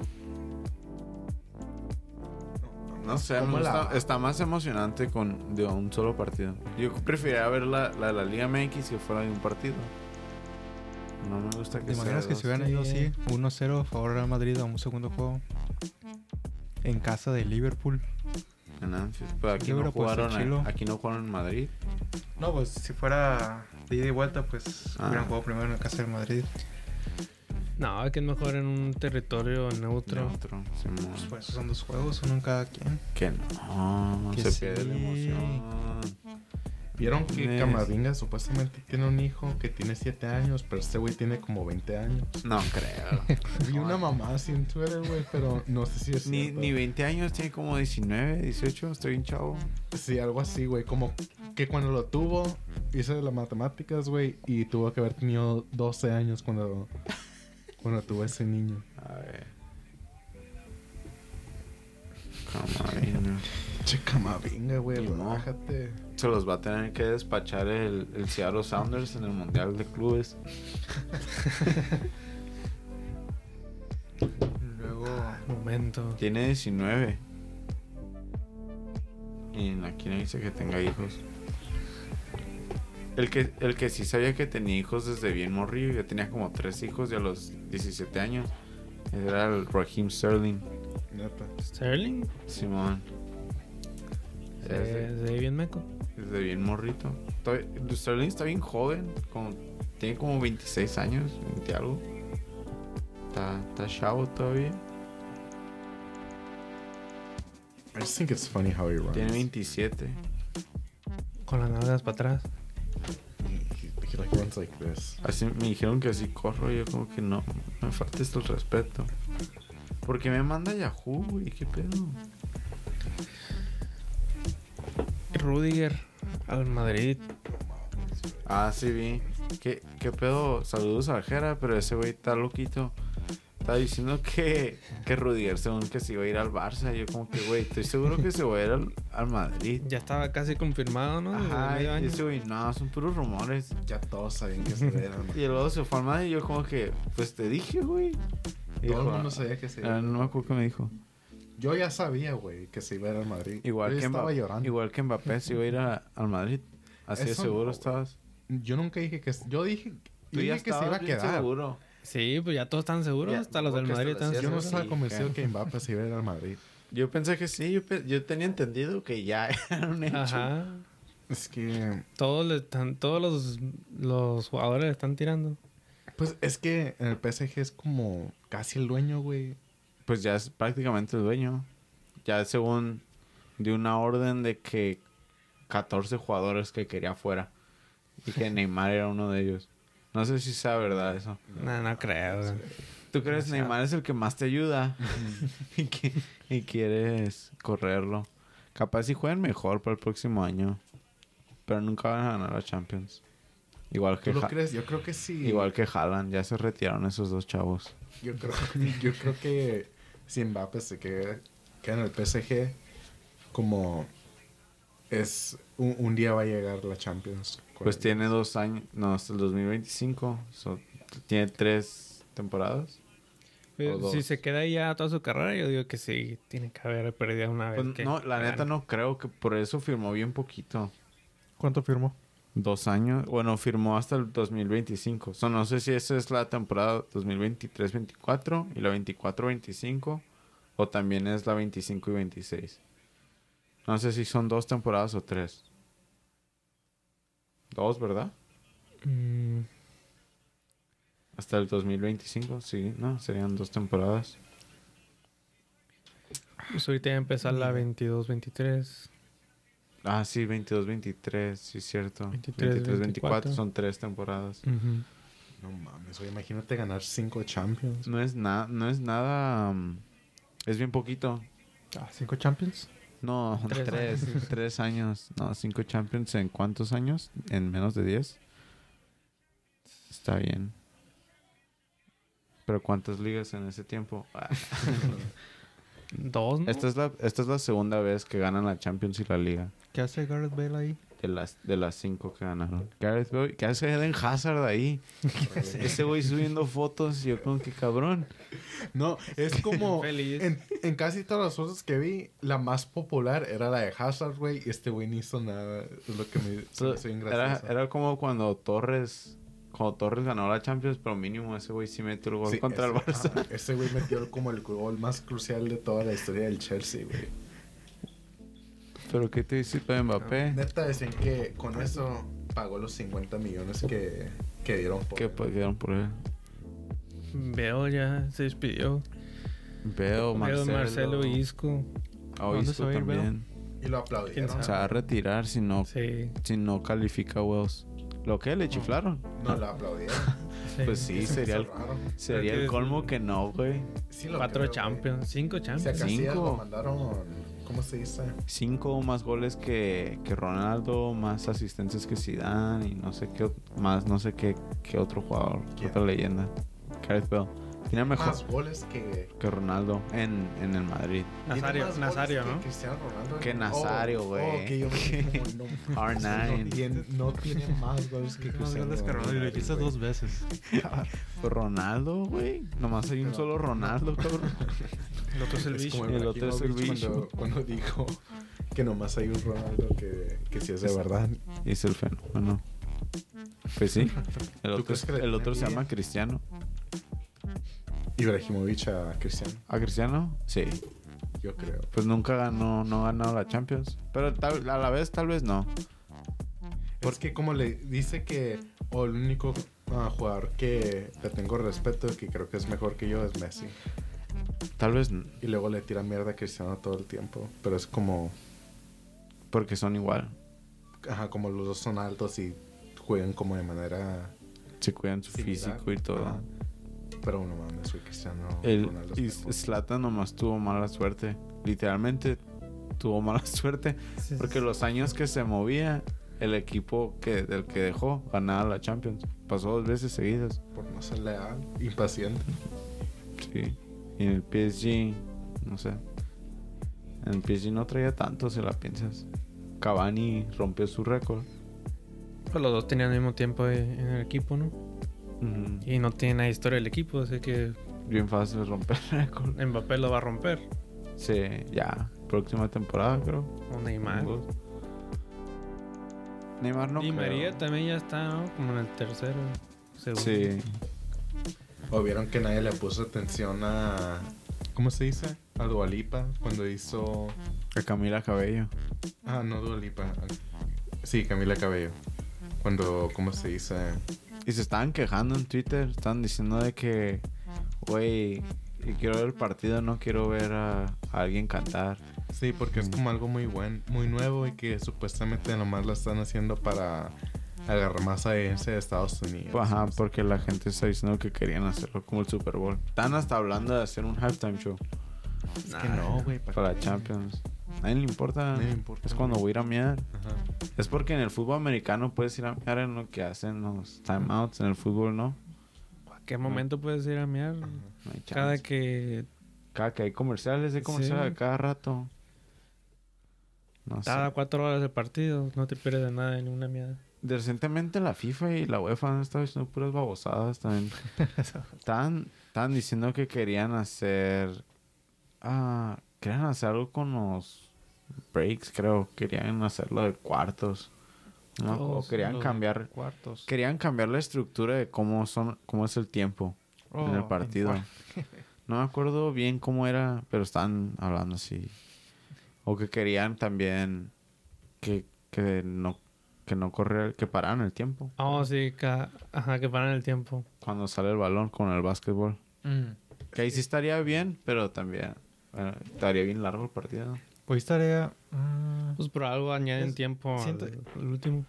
No sé,
¿Cómo
no,
la-
está, está más emocionante con de un solo partido. Yo preferiría ver la, la, la Liga MX que fuera de un partido. No me gusta que
¿Te
sea
imaginas
de
que
dos.
si hubieran ido así?
Sí.
1-0 a favor de Real Madrid a un segundo juego. En casa de Liverpool.
en Anfield. Pero aquí,
Yo
no
hubiera puesto
jugaron, a-
Chilo.
aquí no jugaron en Madrid.
No, pues si fuera de ida y vuelta, pues
Ah.
hubieran jugado primero en casa del Madrid.
No, es que es mejor en un territorio neutro.
Otro. Simón.
Pues por eso son dos juegos, uno en cada quien.
Que no,
Que
se
sí.
pierde la emoción.
Vieron que
Nes.
Camavinga supuestamente tiene un hijo que tiene 7 años, pero este güey tiene como 20 años.
No creo.
Vi una mamá así en Twitter, güey, pero no sé si es
ni,
cierto.
ni 20 años, tiene como 19, 18. Estoy bien chavo.
Sí, algo así, güey. Como que cuando lo tuvo, hice las matemáticas, güey, y tuvo que haber tenido 12 años cuando, cuando tuvo ese niño.
A ver. Camarino.
Che, Camavinga, güey,
Ni modo.
relájate.
Se los va a tener que despachar el, el Seattle Sounders en el Mundial de Clubes.
Luego,
Momento.
Tiene 19. Y aquí no dice que tenga hijos. El que, el que sí sabía que tenía hijos desde bien morrillo, ya tenía como tres hijos ya a los 17 años. Era el Raheem Sterling,
Neta.
Sterling.
Simón.
Se
Desde,
se ve bien meco.
desde bien morrito. Todavía- Sterling está bien joven, como- tiene como 26 años, 20 algo. Está, está chavo todavía.
I just think it's funny how he runs.
Tiene 27.
Con las nalgas para atrás.
He, he, like runs like this.
Así me dijeron que así corro, yo como que no, me falta esto el respeto. Porque me manda Yahoo, güey, qué pedo.
Rudiger al Madrid.
Ah, sí vi. ¿Qué, qué pedo? Saludos a Jera, pero ese güey está loquito. Está diciendo que, que Rudiger según que se iba a ir al Barça. Yo como que, güey, estoy seguro que se va a ir al, al Madrid.
Ya estaba casi confirmado, ¿no? Desde
Ajá,
medio
y
año.
ese güey, no, son puros rumores.
Ya todos sabían que se era, man.
Y luego se fue al Madrid y yo como que, pues te dije, güey.
Todo el mundo sabía que se
Ah,
iba.
no me acuerdo qué me dijo.
Yo ya sabía, güey, que se iba a ir al Madrid.
Igual
Yo
que,
ya estaba
Mbappé,
llorando.
igual que Mbappé se iba a ir a- al Madrid. Así de
Eso
seguro
no,
estabas.
Yo nunca dije que... Yo dije, yo
Tú ya
dije que se iba
estabas
a
bien
quedar.
seguro.
Sí, pues ya todos están seguros.
Ya,
hasta los del
porque
Madrid
hasta
están
los
Yo no
Sí,
estaba
sí,
convencido
claro.
que Mbappé se iba a ir al Madrid.
Yo pensé que sí. Yo, pe- yo tenía entendido que ya era un hecho.
Ajá.
Es que...
Todos, le están, todos los, los jugadores le están tirando.
Pues es que en el PSG es como casi el dueño, güey.
Pues ya es prácticamente el dueño. Ya según de una orden de que 14 jugadores que quería fuera. Y que Neymar era uno de ellos. No sé si sea verdad eso.
No, no creo. güey.
¿Tú crees que Neymar es el que más te ayuda? y, que- y quieres correrlo. Capaz si juegan mejor para el próximo año. Pero nunca van a ganar la Champions. Igual
¿Tú
que,
lo
Ja-
crees? Yo creo que sí.
igual que Haaland. Ya se retiraron esos dos chavos.
Yo creo, yo creo que si Mbappé se queda, queda en el PSG, como es un, un día va a llegar la Champions. con
Pues
él.
tiene dos años. No, hasta el 2025. So, tiene tres temporadas.
Pero
dos.
Si se queda ahí ya toda su carrera, yo digo que sí, tiene que haber perdido una vez.
Pues,
que-
no, la neta no creo que por eso firmó bien poquito.
¿cuánto firmó?
Dos años. Bueno, firmó hasta el 2025. So, no sé si esa es la temporada 2023-24 y la 24-25. O también es la 25 y 26. No sé si son dos temporadas o tres. Dos, ¿verdad?
Mm,
Hasta el 2025, sí, ¿no? Serían dos temporadas.
pues ahorita ya empezar la 22-23.
Ah, sí, 22-23, sí, cierto.
23,
23-24 son tres temporadas.
Ujú.
No mames, güey, imagínate ganar cinco Champions.
No es, nada no es nada... mm, es bien poquito.
Ah, ¿Cinco Champions?
No,
Tres
tres, tres, años. No, cinco Champions en cuántos años? En menos de diez. Está bien. Pero ¿cuántas ligas en ese tiempo? Ah.
Dos, ¿no?
esta, es la, esta es la segunda vez que ganan la Champions y la Liga.
¿Qué hace Gareth Bale ahí?
De las, de las cinco que ganaron. Gareth Bale, ¿qué hace Eden Hazard ahí? Ese güey subiendo fotos y yo con que cabrón.
No, es como.
Feliz.
en, en casi todas las cosas que vi, la más popular era la de Hazard, güey. Y este güey no hizo nada. Es lo que me. se me hizo bien
Era,
gracioso.
era como cuando Torres, cuando Torres ganó la Champions, pero mínimo ese güey sí metió el gol
Sí,
contra el
ese-
Barça.
ajá, ese güey metió el- como el gol más crucial de toda la historia del Chelsea, güey.
Pero ¿qué te dice lo de Mbappé?
Neta decían que con eso pagó los 50 millones que, que dieron por.
Que
él.
pues, quedaron por él.
Veo ya, se despidió.
Veo Marcelo.
Veo Marcelo Isco.
Ah,
¿Dónde
Isco
se va a ir, Veo?
también.
Y lo aplaudieron.
¿Quién
Se va a retirar si no,
Sí,
si no califica Wells. ¿Lo que? ¿Le chiflaron?
No lo aplaudieron.
sí.
Pues sí,
Se me
sería
hizo
el,
raro.
sería el colmo que no, güey.
Sí lo
Cuatro
creo, güey.
Champions, cinco
Si a
Champions.
Sí.
Casillas
Cinco.
lo mandaron. ¿Cómo se dice?
Cinco o más goles que, que Ronaldo, más asistencias que Zidane y no sé qué ot- más, no sé qué, qué otro jugador, qué
¿Quién?
otra leyenda. Gareth Bale. Tiene mejor
Más goles que.
que Ronaldo en, en el Madrid.
tiene
Nazario,
más goles
Nazario,
que
¿no?
Cristiano Ronaldo.
Que
Oh,
Nazario, güey.
oh, que yo me como, no,
R9.
No tiene, no tiene más goles que
Más
Cristiano
grandes que Ronaldo y lo hiciste
güey.
dos veces.
Ronaldo, güey. Nomás hay un
Pero-
solo Ronaldo, cabrón.
El otro es Pues el
Es
bicho.
como
El otro es el
Ibrahimovic
bicho.
Cuando, cuando dijo que nomás hay un Ronaldo que, que sí es de
Es-
verdad.
Es el fenómeno. Pues sí. El otro,
crees que le
el otro
tiene
se llama
envidia?
Cristiano.
Ibrahimovic a Cristiano,
¿A Cristiano? Sí.
yo creo.
Pues nunca ganó, no ha ganado la Champions. Pero tal- a la vez tal vez no.
Porque como le dice que o el único ah, jugador que le tengo respeto, que creo que es mejor que yo, es Messi.
Tal vez n-
Y luego le tira mierda a Cristiano todo el tiempo. Pero es como,
porque son igual.
ajá, como los dos son altos y juegan como de manera...
Se cuidan su
similar. Ah,
físico y todo.
Ajá. Pero no mames, güey, Cristiano
El,
Ronaldo es
y
mejor.
Zlatan nomás tuvo mala suerte. Literalmente tuvo mala suerte.
Sí, sí,
Porque
sí.
los años que se movía, el equipo que, del que dejó ganaba la Champions. Pasó dos veces seguidas.
Por no ser leal, impaciente.
Sí. Y en el PSG, no sé. En el PSG no traía tanto, si la piensas. Cavani rompió su récord.
Pues los dos tenían el mismo tiempo de- en el equipo, ¿no?
Ujú.
Y no tiene la historia del equipo, así que
Bien fácil romper récord.
Mbappé lo va a romper.
Sí, ya. Próxima temporada, creo.
O Neymar.
Ambos. Neymar no
y
creo.
María también ya está, ¿no? Como en el tercero. Segundo.
Sí.
O vieron que nadie le puso atención a. ¿Cómo se dice? A Dualipa cuando hizo.
A Camila Cabello.
Ah, no Dualipa. Sí, Camila Cabello. Cuando. ¿Cómo se dice?
Y se estaban quejando en Twitter. Estaban diciendo de que, güey, y quiero ver el partido, no quiero ver a, a alguien cantar.
Sí, porque es como algo muy buen, muy nuevo y que supuestamente nomás lo están haciendo para agarrar más audiencia de Estados Unidos.
Pues, Ajá, porque la gente está diciendo que querían hacerlo como el Super Bowl. Están hasta hablando de hacer un halftime show
Es que no, güey.
para la Champions. A nadie le importa.
Nadie le importa,
Es cuando
güey.
voy a ir a miar.
Ajá.
Es porque en el fútbol americano puedes ir a miar en lo que hacen los timeouts. En el fútbol no.
¿A qué momento puedes ir a mirar?
No hay
Cada
chance.
que
Cada que hay comerciales, hay comerciales
Sí.
a cada rato. No sé.
cada cuatro horas de partido no te pierdes nada en una mierda.
De Recientemente la FIFA y la UEFA han estado diciendo puras babosadas también. Estaban, estaban diciendo que querían hacer... Ah, querían hacer algo con los breaks, creo. Querían hacerlo de cuartos. No, me acuerdo.
Todos
querían
los
cambiar...
Cuartos.
Querían cambiar la estructura de cómo, son, cómo es el tiempo
Oh,
en el partido.
cuartos.
No me acuerdo bien cómo era, pero están hablando así. O que querían también que, que no que no correr, que pararan el tiempo
Oh, sí, cada... Ajá, que paran el tiempo.
cuando sale el balón con el básquetbol.
Mm.
Que ahí sí estaría bien, pero también bueno, estaría bien largo el partido.
Pues tarea. ah,
Pues por algo añaden
Es-
tiempo al-
siento-
al último.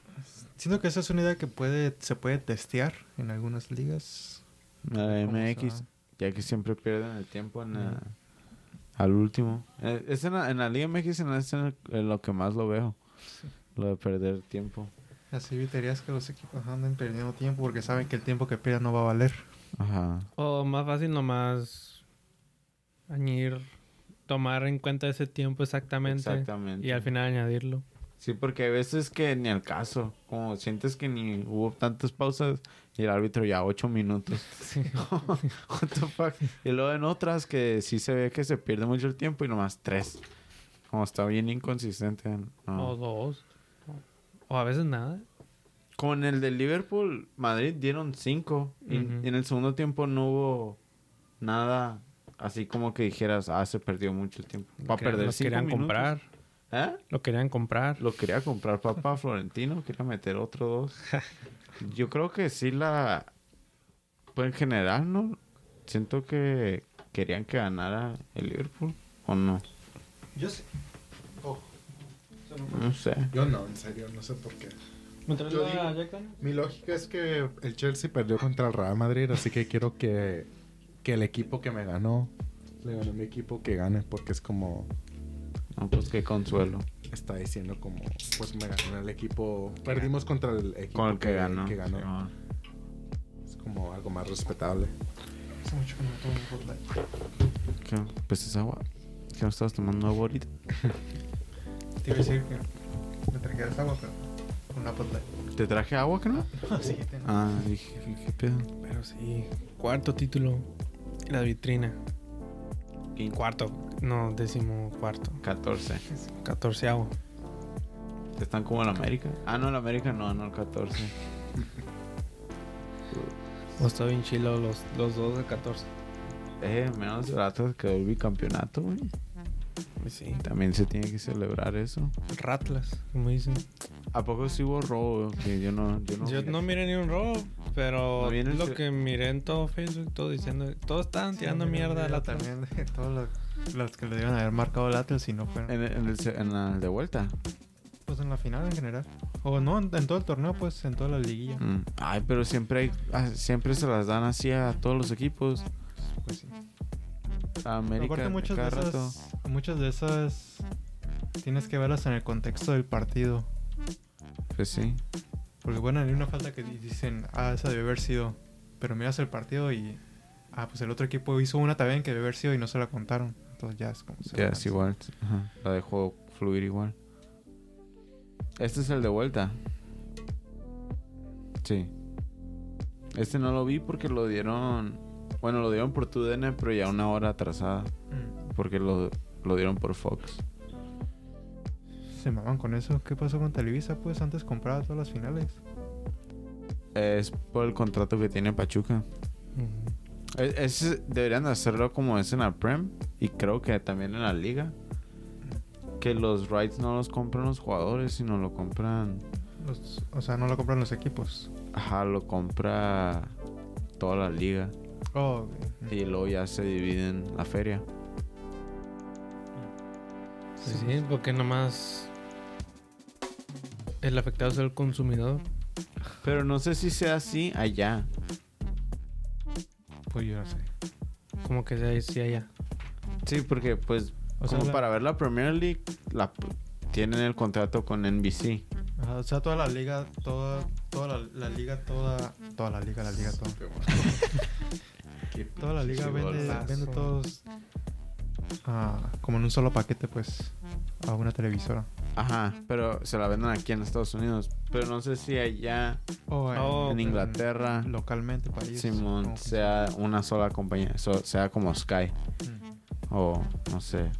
siento que esa es una idea que puede, se puede testear en algunas ligas.
La
¿Cómo se
MX,
va?
ya que siempre pierden el tiempo en la- al último. Eh, Es en, la, en la Liga MX en la- es en el- en lo que más lo veo. Lo de perder tiempo.
Así evitarías que los equipos anden perdiendo tiempo porque saben que el tiempo que pierdan no va a valer.
Ajá.
O más fácil nomás añadir, tomar en cuenta ese tiempo exactamente,
Exactamente.
y al final añadirlo.
Sí, porque hay veces que ni al caso. Como sientes que ni hubo tantas pausas y el árbitro ya ocho minutos.
Sí.
What the fuck? Y luego en otras que sí se ve que se pierde mucho el tiempo y nomás tres. Como está bien inconsistente. no.
O dos. O a veces nada.
Con el de Liverpool, Madrid dieron cinco. Y
Ujú.
y en el segundo tiempo no hubo nada así como que dijeras, ah, se perdió mucho el tiempo.
Lo
Va a
querían-
perder
Lo
cinco
querían
minutos.
comprar.
¿Eh?
Lo querían comprar.
Lo quería comprar papá Florentino, quería meter otro dos. Yo creo que sí la... Pues en general, ¿no? Siento que querían que ganara el Liverpool. ¿O no?
Yo sé.
No sé.
Yo no, en serio, no sé por qué.
¿Me traes
Yo
la
digo-
Jack Daniels?
Mi lógica es que el Chelsea perdió contra el Real Madrid, así que quiero que, que el equipo que me ganó, le ganó a mi equipo que gane, porque es como,
No, pues qué consuelo.
está diciendo como, pues me ganó el equipo, perdimos contra el equipo
Con el que ganó.
que ganó.
Simón.
Es como algo más respetable.
Hace mucho que no tomo un Bud Light.
¿Qué? ¿Pues es agua? ¿Qué no estabas tomando agua ahorita?
Te iba a decir que me trajeras agua, pero con una Bud Light.
¿Te traje agua, creo?
Así que tengo.
Ah, dije, ¿qué, qué pedo?
Pero sí. Cuarto título. en La vitrina. Cuarto. No, décimo cuarto.
14.
Catorceavo.
Están como en América. Ah, no, en América no, no, el 14.
O está bien chilo los, los dos de catorce.
Eh, menos de rato quedó el bicampeonato, güey.
Pues Sí.
También se tiene que celebrar eso.
Ratlas, como dicen.
¿A poco sí hubo robo? Que yo no... Yo no,
Yo no miré ni un robo, pero
No viene el
lo
se-
que miré en todo Facebook, todo diciendo, todos estaban tirando
Sí,
mierda al
yo
Atlas.
También de todos los, los que le deben haber marcado el Atlas y no fueron.
En, el- en el, se- en la de vuelta.
Pues en la final en general. O no, en, en todo el torneo, pues en toda la liguilla.
Mm. Ay, pero siempre hay... ah, Siempre se las dan así a todos los equipos.
Pues sí.
A América
Aparte, muchas de,
cada rato.
esas, muchas de esas tienes que verlas en el contexto del partido.
Pues sí.
Porque, bueno, hay una falta que di- dicen, ah, esa debe haber sido. Pero miras el partido y. Ah, pues el otro equipo hizo una también que debe haber sido y no se la contaron. Entonces ya es como. se
Ya
la
es
lanzan.
igual. Ajá. La dejó fluir igual. Este es el de vuelta. Sí. Este no lo vi porque lo dieron. Bueno, lo dieron por TUDN, pero ya una hora atrasada.
Mm.
Porque lo, lo dieron por Fox.
Se maman con eso. ¿Qué pasó con Televisa? Pues antes compraba todas las finales.
Es por el contrato que tiene Pachuca.
Ujú.
E- ese- deberían hacerlo como es en la Prem. Y creo que también en la Liga. Que los rights no los compran los jugadores, sino lo compran.
Los- o sea, no la compran los equipos.
Ajá, lo compra toda la liga.
Oh, ok.
Y luego ya se dividen la feria.
Pues sí, porque nomás el afectado es el consumidor.
Pero no sé si sea así allá.
Pues yo no sé.
Como que sea sí allá.
Sí, porque pues
O sea,
como
la-
para ver la Premier League la, tienen el contrato con NBC.
Ajá, o sea, toda la liga, toda, toda la, la liga, toda, toda la liga, la liga, toda.
Qué
Toda la liga
Sí,
vende,
golazo.
vende todos ah, como en un solo paquete, pues, a una televisora.
Ajá, pero se la venden aquí en Estados Unidos. Pero no sé si allá
O
Oh,
en Inglaterra,
Mm, Localmente, país.
Simón,
como-
sea una sola compañía, so- sea como Sky
Mm.
o no sé.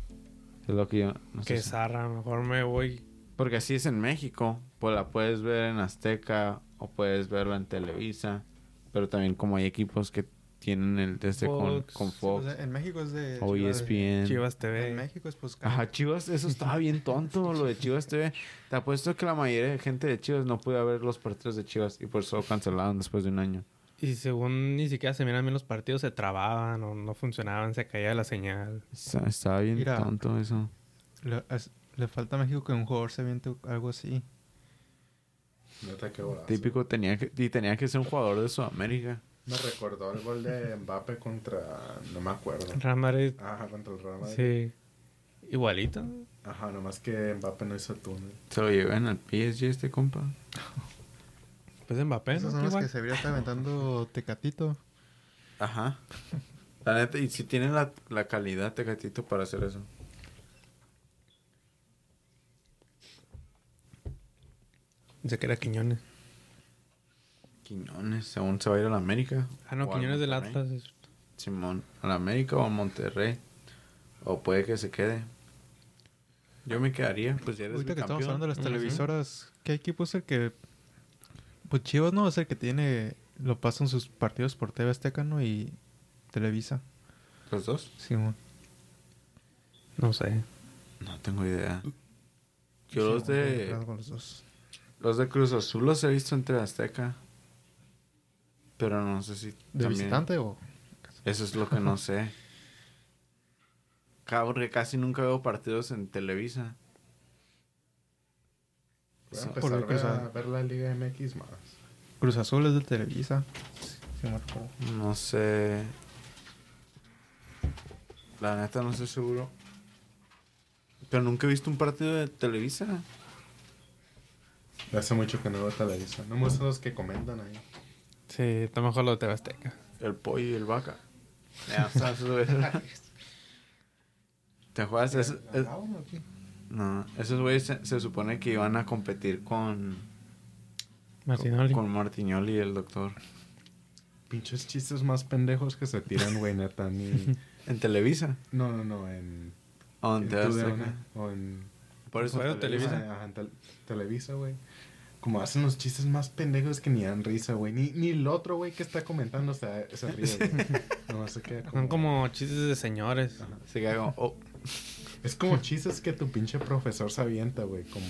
Es lo que yo... no sé
que
si-
zarra, mejor me voy.
Porque así es en México. Pues la puedes ver en Azteca o puedes verla en Televisa. Pero también como hay equipos que tienen el desde con,
Fox,
con
O
Fox
sea, en México es de.
o E
Chivas.
ESPN.
Chivas
En
TV.
México es pues.
Ajá, Chivas, eso estaba bien tonto, lo de Chivas TV. Te apuesto que la mayoría de gente de Chivas no pudo ver los partidos de Chivas y por eso lo cancelaron después de un año.
Y según ni siquiera se miran bien los partidos, se trababan o no funcionaban, se caía la señal.
Está- Estaba bien
Mira.
tonto eso.
Le, es- le falta a México que un jugador se aviente algo así.
Neta, qué golazo.
Típico, tenía que, y tenía que ser un jugador de Sudamérica.
Me recordó el gol de Mbappé contra. No me acuerdo.
Real Madrid,
Ajá, contra el Real Madrid.
sí. Igualito.
Ajá, nomás que Mbappé no hizo el túnel.
Se lo llevan al PSG este compa.
Pues Mbappé,
Esos
¿no?
son los
Igual.
que se debería estar aventando Tecatito.
Ajá. La neta, y si tienen la, la calidad, Tecatito, para hacer eso.
Dice que era Quiñones.
Quiñones, según se va a ir a la América.
Ah, no,
o al
Quiñones del
Monterrey.
Atlas. es-
Simón, a la América o a Monterrey. O puede que se quede. Yo me quedaría, pues ya eres
Ahorita
mi
que estamos
campeón.
hablando de las
Ujú.
televisoras, ¿qué equipo es el que.? Pues Chivas no es el que tiene. Lo pasan sus partidos por TV Azteca, ¿no? Y Televisa.
¿Los dos?
Simón.
No sé.
No tengo idea. Yo los
Simón,
de...
claro, con los dos.
Los de Cruz Azul los he visto entre Azteca. Pero no sé si.
¿De
también-
visitante o.?
Eso es lo que no sé. Ca- Porque casi nunca veo partidos en Televisa.
Voy a
Sí,
por
empezar
lo que
a
sea.
ver la Liga MX más.
Cruz Azul es de Televisa. Sí, me recuerdo.
No sé. La neta no estoy seguro. Pero nunca he visto un partido de Televisa.
Hace mucho que no veo televisión. No me gustan los que comentan ahí.
Sí, está mejor lo de TV Azteca.
El pollo y el vaca. Ya, o sea, eso es- ¿Te juegas? Es, es-
¿Ganaban o qué?
no, esos güeyes se, se supone que iban a competir con.
Martinoli.
Con Martignoli y el doctor.
Pinches chistes más pendejos que se tiran, güey, neta. Ni...
En Televisa.
No, no, no, en...
¿O en
en
TV
TUDN,
Azteca?
O en...
Por eso
Bueno,
Televisa.
Televisa.
Ajá, en tel- Televisa, güey. Como hacen los chistes más pendejos que ni dan risa, güey. Ni, ni el otro, güey, que está comentando se, se ríe, güey. No, se queda como...
Son como chistes de señores.
Se queda como, oh,
Es como chistes que tu pinche profesor se avienta, güey. Como...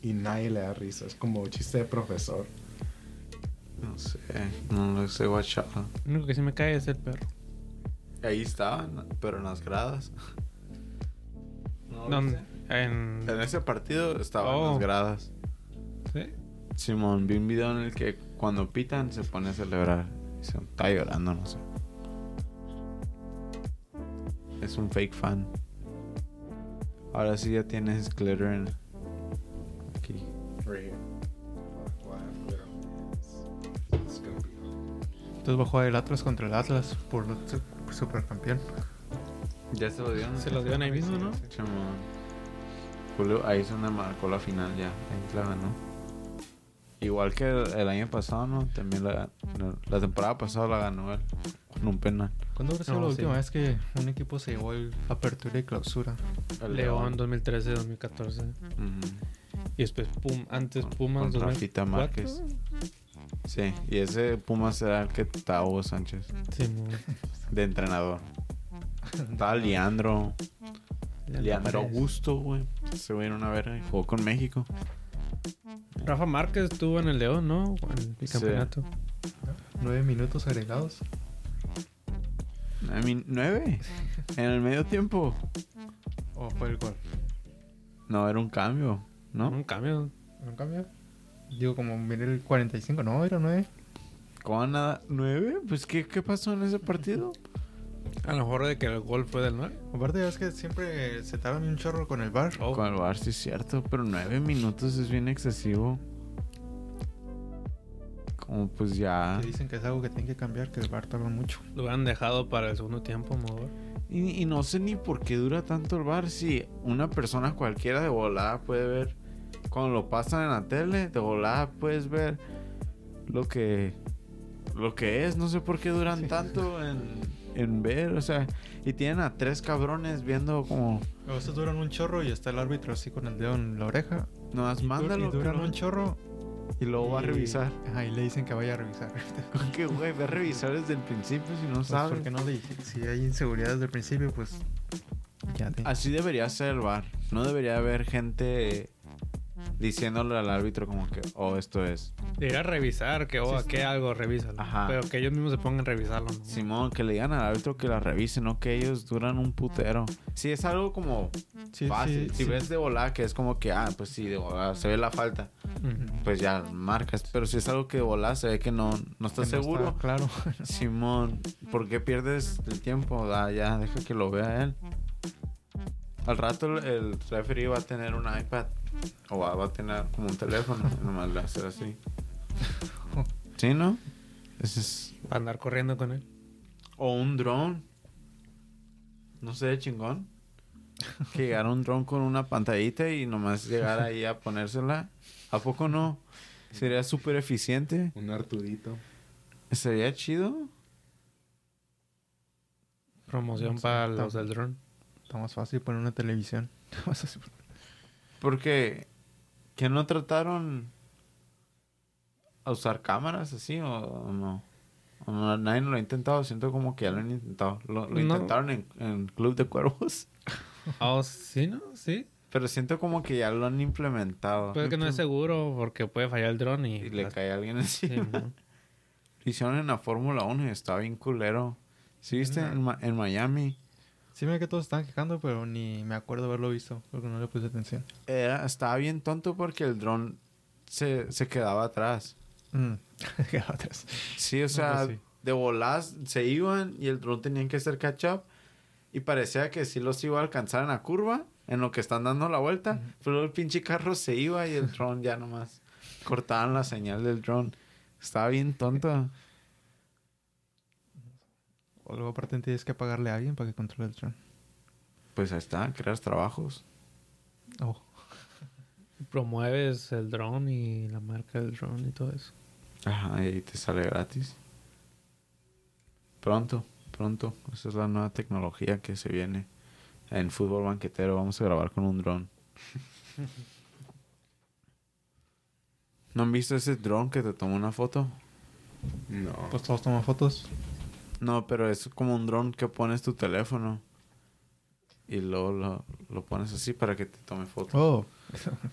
Y nadie le da risa. Es como chiste de profesor.
no sé, no lo sé, guachado.
Lo único que sí me cae es el perro.
Ahí estaban, pero en las gradas. ¿No lo
¿Dónde?
viste?
En...
En ese partido estaban en
Oh.
las gradas.
¿Sí?
Simón, vi un video en el que cuando pitan se pone a celebrar. Y se está llorando, no sé. Es un fake fan. Ahora sí ya tienes glitter en... Aquí.
Right here.
Entonces va a jugar el Atlas contra el Atlas por lo- su- supercampeón.
Ya se lo dieron.
Se los dieron ahí mismo, ¿no?
Simón. Julio, ahí es donde marcó la final ya. Ahí la ganó. Igual que el, el año pasado, ¿no? También la, no, la temporada pasada la ganó él. Con un penal.
¿Cuándo habrá sido
No,
la
sí.
última vez que un equipo se llevó el apertura y clausura?
El
León 2013-2014. Y después Pum, antes
Con-
Pumas
con Rafita
2004.
Márquez. Sí, y ese Pumas era el que estaba Hugo Sánchez.
Sí, mo.
De entrenador. Estaba Leandro. Leandro
Paredes.
Augusto, güey. Se güey en una verga y jugó con México.
Rafa Márquez estuvo en el León, ¿no? En el bicampeonato.
Nueve minutos agregados.
I mean, nueve. En el medio tiempo.
¿O fue el gol?
No, era un cambio, ¿no?
Un cambio.
¿No cambio? Digo, como miré el 45, no, era nueve.
¿Cómo nada? ¿Nueve? Pues, ¿qué, qué pasó en ese partido?
A lo mejor de que el gol fue del 9.
Aparte, es que siempre se tardan un chorro con el bar.
Oh.
Con el VAR, sí es cierto, pero nueve minutos es bien excesivo. Como pues ya...
Que dicen que es algo que tienen que cambiar, que el bar tarda mucho.
Lo hubieran dejado para el segundo tiempo, mejor.
Y, y no sé ni por qué dura tanto el VAR. Si una persona cualquiera de volada puede ver... Cuando lo pasan en la tele, de volada puedes ver lo que... Lo que es, no sé por qué duran tanto en, en ver, o sea... Y tienen a tres cabrones viendo como...
A veces duran un chorro y está el árbitro así con el dedo en la oreja.
No,
Y,
Pues mándalo.
y duran
pero-
un chorro.
y luego va a
y-
revisar.
Ajá, y le dicen que vaya a revisar.
Con que, güey, va a revisar desde el principio si no
Pues,
sabe.
¿Por qué no le dije? Si hay inseguridad desde el principio, pues. Ya te.
Así debería ser el bar. No debería haber gente diciéndole al árbitro como que, oh, esto es.
Debería revisar, que oh, aquí algo, revísalo.
Ajá.
Pero que ellos mismos se pongan a revisarlo. ¿no?
Simón, que le digan al árbitro que la revise, no que ellos duran un putero. Si es algo como
Sí,
fácil,
sí,
si
sí.
ves de volada que es como que, ah, pues sí, de volada se ve la falta,
Ujú.
pues ya marcas. Pero si es algo que de volada se ve que no, no
Que no
estás seguro,
está claro.
Simón, ¿por qué pierdes el tiempo? Ah, ya, deja que lo vea él. Al rato el- el referee va a tener un iPad o va, va a tener como un teléfono, nomás le va a hacer así. ¿Sí, no? Ese es
Para andar corriendo con él.
O un dron. No sé, chingón. Que llegara un dron con una pantallita y nomás llegar ahí a ponérsela. ¿A poco no? Sería súper eficiente.
Un artudito.
Sería chido.
Promoción para los del dron.
Está más fácil poner una televisión. Más fácil poner-
Porque. ¿Que no trataron a usar cámaras así o, o no? O no- Nadie lo ha intentado. Siento como que ya lo han intentado. Lo, lo
No.
intentaron en, en Club de Cuervos.
Ah, oh, sí, ¿no? Sí.
Pero siento como que ya lo han implementado.
Pero es que no es seguro porque puede fallar el dron y...
Y le
las-
cae a alguien así.
Sí, mo.
Hicieron en la Fórmula 1 y estaba bien culero. ¿Sí viste?
Mm.
En, Ma- en Miami.
Sí, mira que todos estaban quejando, pero ni me acuerdo haberlo visto. Porque no le puse atención.
Era, estaba bien tonto porque el dron se, se quedaba atrás.
Mm. Quedaba atrás.
Sí, o sea,
pues sí.
de volás se iban y el dron tenían que hacer catch up. Y parecía que sí los iba a alcanzar en la curva, en lo que están dando la vuelta. Pero el pinche carro se iba y el dron ya nomás cortaban la señal del dron. Estaba bien tonto.
O luego aparte tienes que pagarle a alguien para que controle el dron.
Pues ahí está, creas trabajos.
Oh.
Promueves el dron y la marca del dron y todo eso.
Ajá, y te sale gratis. Pronto, pronto. Esa es la nueva tecnología que se viene. En fútbol banquetero vamos a grabar con un dron. ¿No han visto ese dron que te tomó una foto?
No.
Pues todos toman fotos.
No, pero es como un dron que pones tu teléfono. Y luego lo, lo pones así para que te tome foto.
Oh.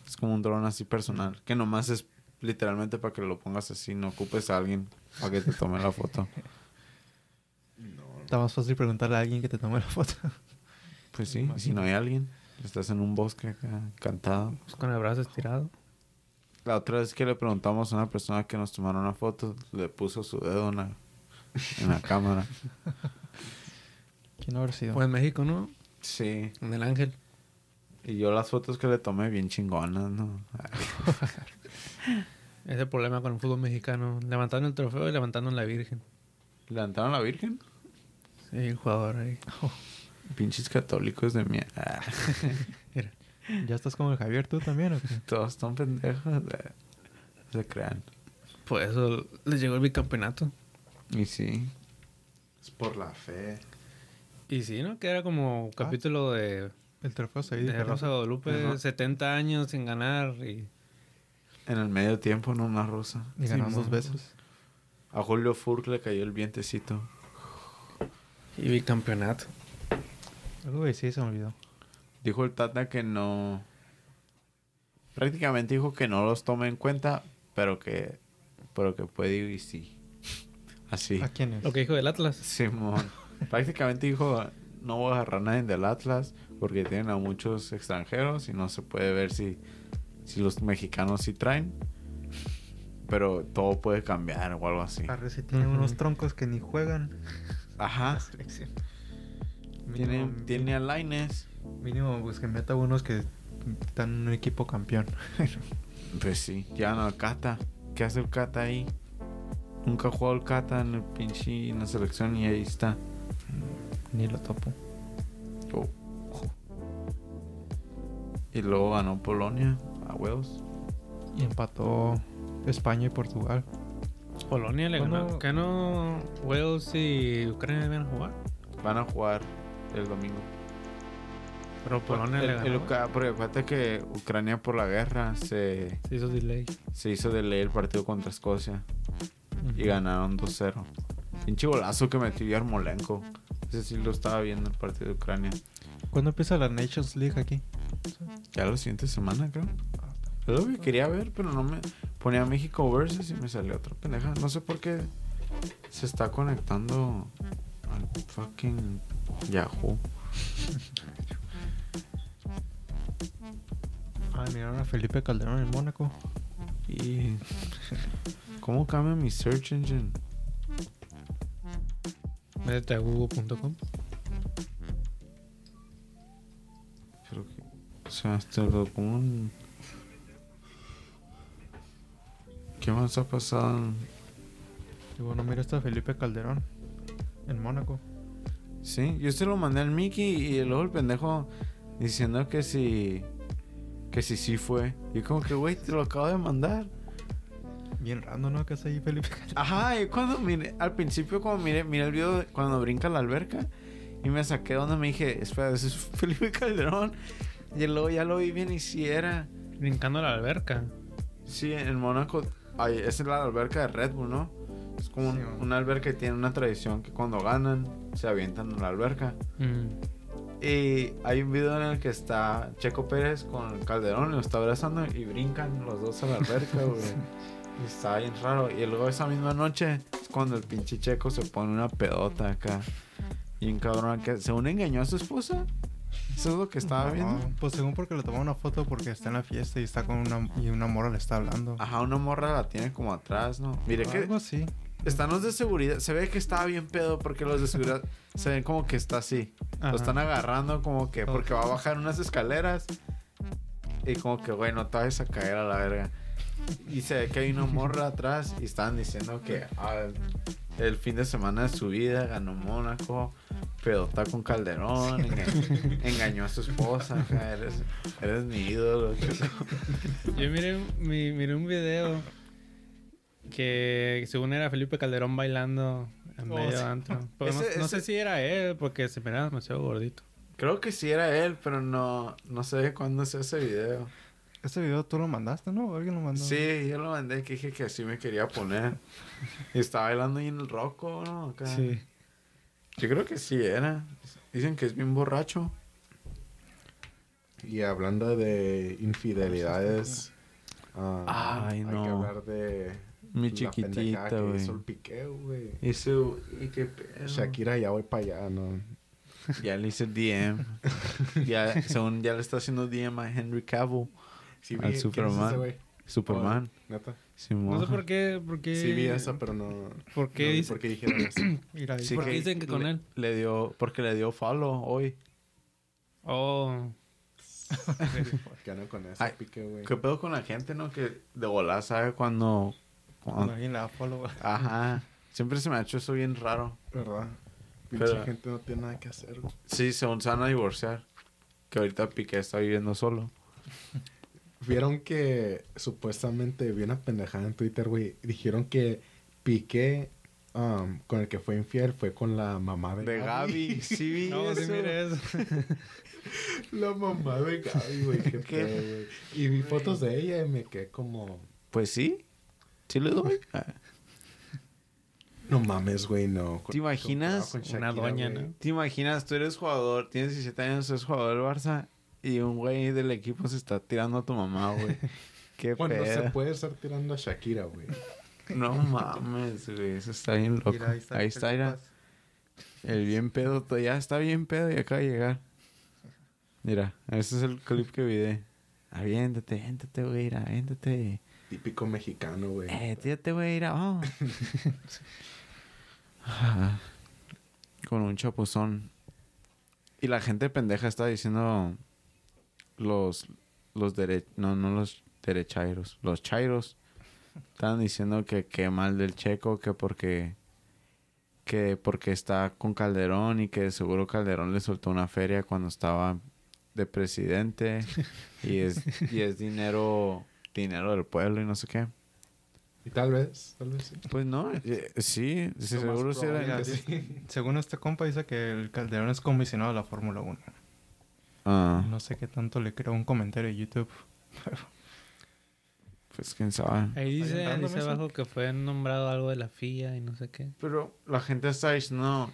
Es como un dron así personal. Que nomás es literalmente para que lo pongas así. No ocupes a alguien para que te tome la foto.
no.
Está más fácil preguntarle a alguien que te tome la foto.
Pues sí, si no hay alguien, estás en un bosque acá, cantado.
Pues con el brazo estirado.
La otra vez que le preguntamos a una persona que nos tomaron una foto, le puso su dedo en la, en la cámara.
¿Quién habrá sido?
Pues en México, ¿no?
Sí,
En el Ángel.
y yo las fotos que le tomé bien chingonas, ¿no?
Es el problema con el fútbol mexicano. Levantando el trofeo y levantando la Virgen.
¿Levantaron a la Virgen?
Sí, el jugador ahí.
Pinches católicos de mierda.
¿Ya estás como el Javier tú también o qué?
Todos están pendejos. eh. No se crean.
Por eso les llegó el bicampeonato.
Y sí.
Es por la fe.
Y sí, ¿no? Que era como capítulo de,
El trofeo se
de Rosa de Guadalupe.
Ajá.
70 años sin ganar y...
En el medio tiempo, no una rosa.
Y ganamos
Sí,
dos
mo.
veces.
A Julio Furk le cayó el vientecito.
Y bicampeonato.
Algo que sí se me olvidó.
Dijo el Tata que no. Prácticamente dijo que no los tome en cuenta, pero que. Pero que puede ir y sí. Así.
¿A quién es?
Lo que dijo del Atlas.
Simón. Prácticamente dijo: No voy a agarrar a nadie del Atlas porque tienen a muchos extranjeros y no se puede ver si, si los mexicanos sí traen. Pero todo puede cambiar o algo así.
Arre, si tiene
Ujú.
unos troncos que ni juegan.
Ajá.
Selección.
Tiene,
Mínimo-
tiene a Laines.
Mínimo, pues que meta unos que están en un equipo campeón.
Pues sí, llevan al Cata. ¿Qué hace el Cata ahí? Nunca jugó el Cata en el pinche en la selección y ahí está.
Ni lo topo.
Oh. Y luego ganó Polonia a huevos.
Y empató España y Portugal.
Polonia le
Bueno.
ganó. ¿Ganó Wales y Ucrania iban a jugar?
Van a jugar el domingo.
Pero Polonia
el,
le
el
ganó.
Uca- porque acuérdate que Ucrania por la guerra se,
Se hizo delay.
se hizo de ley el partido contra Escocia. Y ganaron 2-0. Pinche golazo que metió Yarmolenko. Ese sí lo estaba viendo el partido de Ucrania.
¿Cuándo empieza la Nations League aquí?
Ya la siguiente semana, creo. Es lo que quería ver, pero no me. Ponía México versus y me salió otra pendeja. No sé por qué se está conectando al fucking Yahoo.
Ah, miraron a Felipe Calderón en Mónaco.
Y. ¿Cómo cambia mi search engine?
Métete a google.com.
Creo que. O sea, hasta lo pongo en- ¿Qué más ha pasado?
Digo, no mira hasta Felipe Calderón. en Mónaco.
Sí, yo se lo mandé al Mickey y luego el pendejo diciendo que si. Que si sí fue. Y como que, güey, te lo acabo de mandar.
Bien random, ¿no? Que es ahí, Felipe.
Ajá, y cuando miré, al principio, como miré, miré el video de cuando brinca la alberca y me saqué de onda, me dije, espera, ese es Felipe Calderón. Y luego ya lo vi bien y si era.
Brincando a la alberca.
Sí, en Mónaco, ay, esa es la alberca de Red Bull, ¿no? Es como un-
Sí, man.
una alberca que tiene una tradición que cuando ganan se avientan a la alberca.
Mm.
Y hay un video en el que está Checo Pérez con Calderón, lo está abrazando y brincan los dos a la alberca, güey. Y Está bien raro. Y luego esa misma noche es cuando el pinche Checo se pone una pedota acá. Y un cabrón que según engañó a su esposa. Eso es lo que estaba viendo.
No, pues según porque le tomó una foto porque está en la fiesta y está con una y una morra le está hablando.
Ajá, una morra la tiene como atrás, ¿no? Mire Ah, que
Algo así.
están los de seguridad. Se ve que estaba bien pedo porque los de seguridad se ven como que está así.
Ajá.
Lo están agarrando como que
Ajá.
porque va a bajar unas escaleras. Y como que, güey, no te vayas a caer a la verga. Y se ve que hay una morra atrás y estaban diciendo que ah, el fin de semana de su vida ganó Mónaco, pedota con Calderón, enga- engañó a su esposa, acá, eres, eres mi ídolo. chico.
Yo miré, mi- miré un video que según era Felipe Calderón bailando en
Oh,
medio
sí.
antro. Pero no,
Ese-
no
ese-
sé si era él porque se miraba demasiado gordito.
Creo que sí era él, pero no, no sé de cuándo se ese video.
Ese video tú lo mandaste, ¿no? Alguien lo mandó.
Sí, yo lo mandé que dije que así me quería poner. Y estaba bailando ahí en el roco, ¿no? Acá. Yo creo que sí era. Dicen que es bien borracho.
Y hablando de infidelidades. ah,
Ay,
Hay que
no.
hablar de.
Mi
la pendejada que Hizo el piqueo, güey.
Y su... Y qué pedo.
Shakira, ya voy para allá, ¿no?
Ya le hice DM. ya, según ya le está haciendo DM a Henry Cavill.
Sí,
Al
vi- ¿quién es ese
Superman.
güey?
Superman.
Neta.
Simón.
No sé por qué. Por qué
Sí, vi esa, pero no.
¿Por qué
no vi
dice-
por qué dijeron eso.
Mira ahí.
Sí
¿Por qué dicen que con
le-
él?
Le dio... Porque le dio follow hoy.
Oh,
Ganó con ese
Ay,
pique, güey.
¿Qué pedo con la gente, no? Que de volar sabe cuando...
Cuando
cuando-
alguien la follow.
Ajá. Siempre se me ha hecho eso bien raro.
¿Verdad? Pinche
Pero-
gente no tiene nada que hacer, güey.
Sí, según se van a divorciar. Que ahorita Piqué está viviendo solo.
Vieron que supuestamente vi una pendejada en Twitter, güey. Dijeron que Piqué um, con el que fue infiel fue con la mamá de,
De Gaby. Sí, vi
no, sí,
eso.
mira eso.
La mamá de Gaby, güey. Qué
¿Qué?
pedo, güey. Y vi fotos de ella y me quedé como...
Pues sí. Sí le doy.
No mames, güey, no.
¿Te imaginas?
Con
Una doña,
güey.
¿no?
¿Te imaginas? Tú eres jugador, tienes 17 años, eres jugador del Barça y un güey del equipo se está tirando a tu mamá, güey. Qué
Bueno, se
pedo.
puede estar tirando a Shakira, güey.
No mames, güey. Eso está bien loco.
Mira,
ahí está, mira. El bien pedo. to- Ya está bien pedo y acaba de llegar. Mira, ese es el clip que vi. Aviéntate, aviéntate, güey. mira, Aviéntate.
Típico mexicano, güey.
Eh, tírate, güey, mira, vamos. Ah, Con un chapuzón. Y la gente pendeja está diciendo los los dere no no los derechairos, los chairos estaban diciendo que qué mal del Checo, que porque que porque está con Calderón y que de seguro Calderón le soltó una feria cuando estaba de presidente y es y es dinero dinero del pueblo y no sé qué.
Y tal vez, tal vez sí.
Pues no, eh, sí, sí,
Lo más
seguro sí era-
probable
Mira,
que sí.
Según este compa dice que el Calderón es comisionado de la Fórmula 1.
Ah,
No sé qué tanto le creo un comentario de YouTube.
pues quién sabe.
Eh.
Ahí
¿Está
dice,
llenando
dice
eso?
abajo que fue nombrado algo de la FIA y no sé qué.
Pero la gente está diciendo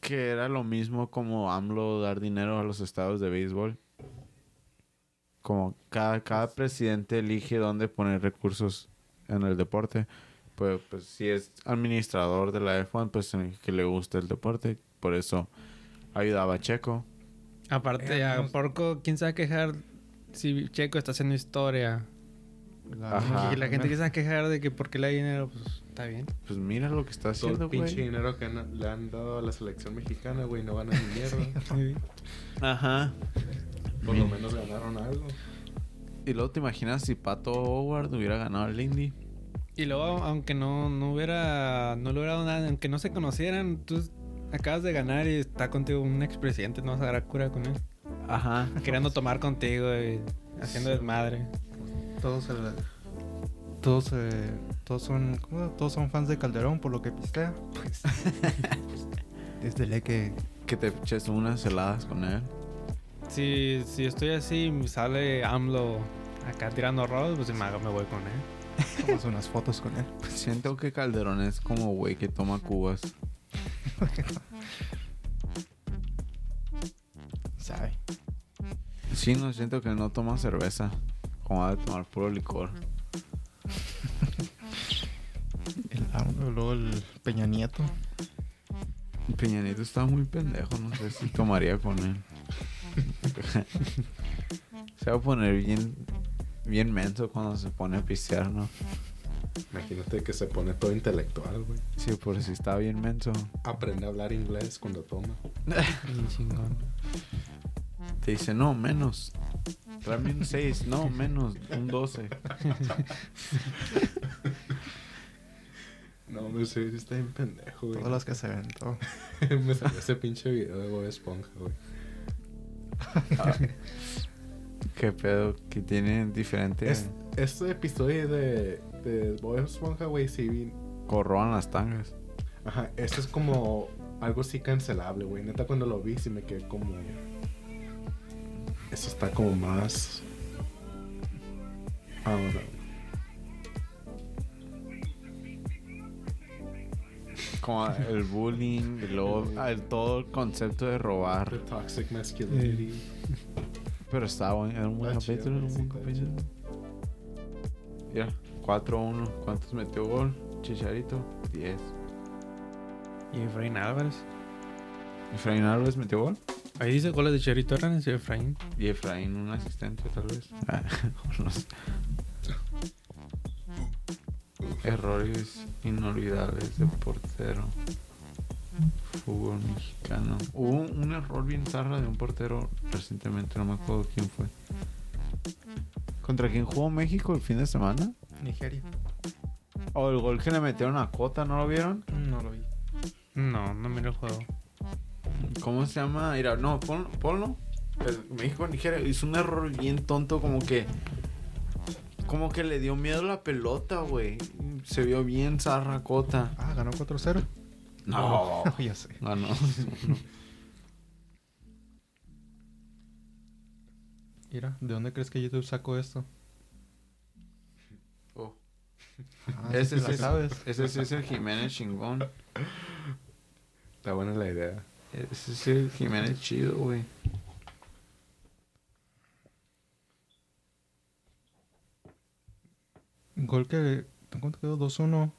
que era lo mismo como AMLO dar dinero a los estados de béisbol. Como cada, cada presidente elige dónde poner recursos en el deporte. Pues, pues si es administrador de la F1, pues significa que le gusta el deporte. Por eso ayudaba a Checo.
Aparte,
Eh,
a
no-
Porco, ¿quién se va a quejar si Checo está haciendo historia?
La-
Ajá.
Y la gente que se va a quejar de que por qué le da dinero, pues está bien.
Pues mira lo que está
Todo el
haciendo,
pinche
güey.
dinero que han- le han dado a la selección mexicana, güey, no ganan ni mierda.
Ajá.
Por lo menos ganaron algo.
Y luego te imaginas si Pato Howard hubiera ganado el Indy.
Y luego, aunque no, no hubiera no logrado nada, aunque no se conocieran, tú acabas de ganar y está contigo un expresidente, no vas a agarrar cura con él.
Ajá.
Queriendo tomar contigo y haciendo desmadre.
Todos se la- todos eh, todos son ¿cómo? todos son fans de Calderón por lo que pistea. Pues, es de ley que
Que te eches unas heladas con él.
Si, si estoy así y me sale AMLO acá tirando rol, pues me, hago- me voy con él.
tomas unas fotos con él.
Siento que Calderón es como güey que toma cubas.
Sabe.
Sí, no siento que no toma cerveza. Como ha de tomar puro licor.
El AMLO, luego el Peña Nieto.
Peñanito estaba muy pendejo, no sé si tomaría con él. se va a poner bien, bien menso cuando se pone a pisear, ¿no?
Imagínate que se pone todo intelectual, güey.
Sí, por si está bien menso.
Aprende a hablar inglés cuando toma.
Bien chingón.
Te dice, no, menos. Tráeme un 6, no, menos, un 12.
No, me sé, está bien pendejo, güey.
Todas las que se ven, todo.
me salió ese pinche video de Bob Esponja, güey.
Ah, Qué pedo, que tiene diferente.
Es- este episodio de, de Bob Esponja, güey, sí vi-
Corroban las tangas.
Ajá, esto es como algo sí cancelable, güey. Neta, cuando lo vi, sí me quedé como. Eso está como más. Ah, bueno.
Como el bullying, y luego el- todo el concepto de robar.
The Toxic Masculinity.
Pero estaba bueno, era un buen
Está chido,
capítulo, era un
sí,
buen
está
capítulo. Mira, 4-1. ¿Cuántos metió gol? Chicharito, 10.
Y Efraín Álvarez.
Efraín Álvarez metió gol.
Ahí dice goles de Cherito Hernández y Efraín.
Y Efraín un asistente, tal vez. Ah, no sé. Errores inolvidables de portero. Fútbol mexicano. Hubo un error bien zarra de un portero recientemente, no me acuerdo quién fue. ¿Contra quién jugó México el fin de semana?
Nigeria.
O el gol que le metieron a Cota, ¿no lo vieron?
No lo vi.
No, no miro el juego.
¿Cómo se llama? Mira, no, ponlo. ponlo. El México Nigeria hizo un error bien tonto, como que. Como que le dio miedo la pelota, güey. Se vio bien zarra Cota.
Ah, ganó 4-0.
No.
No, ya sé.
Ganó.
Mira, ¿de dónde crees que YouTube sacó esto?
Oh.
Ah,
Ese
sí te
sí
la
es-
sabes.
Ese sí es el Jiménez chingón.
Está buena la idea.
Ese sí es el Jiménez chido, güey.
Gol que. ¿Cuánto quedó? 2-1.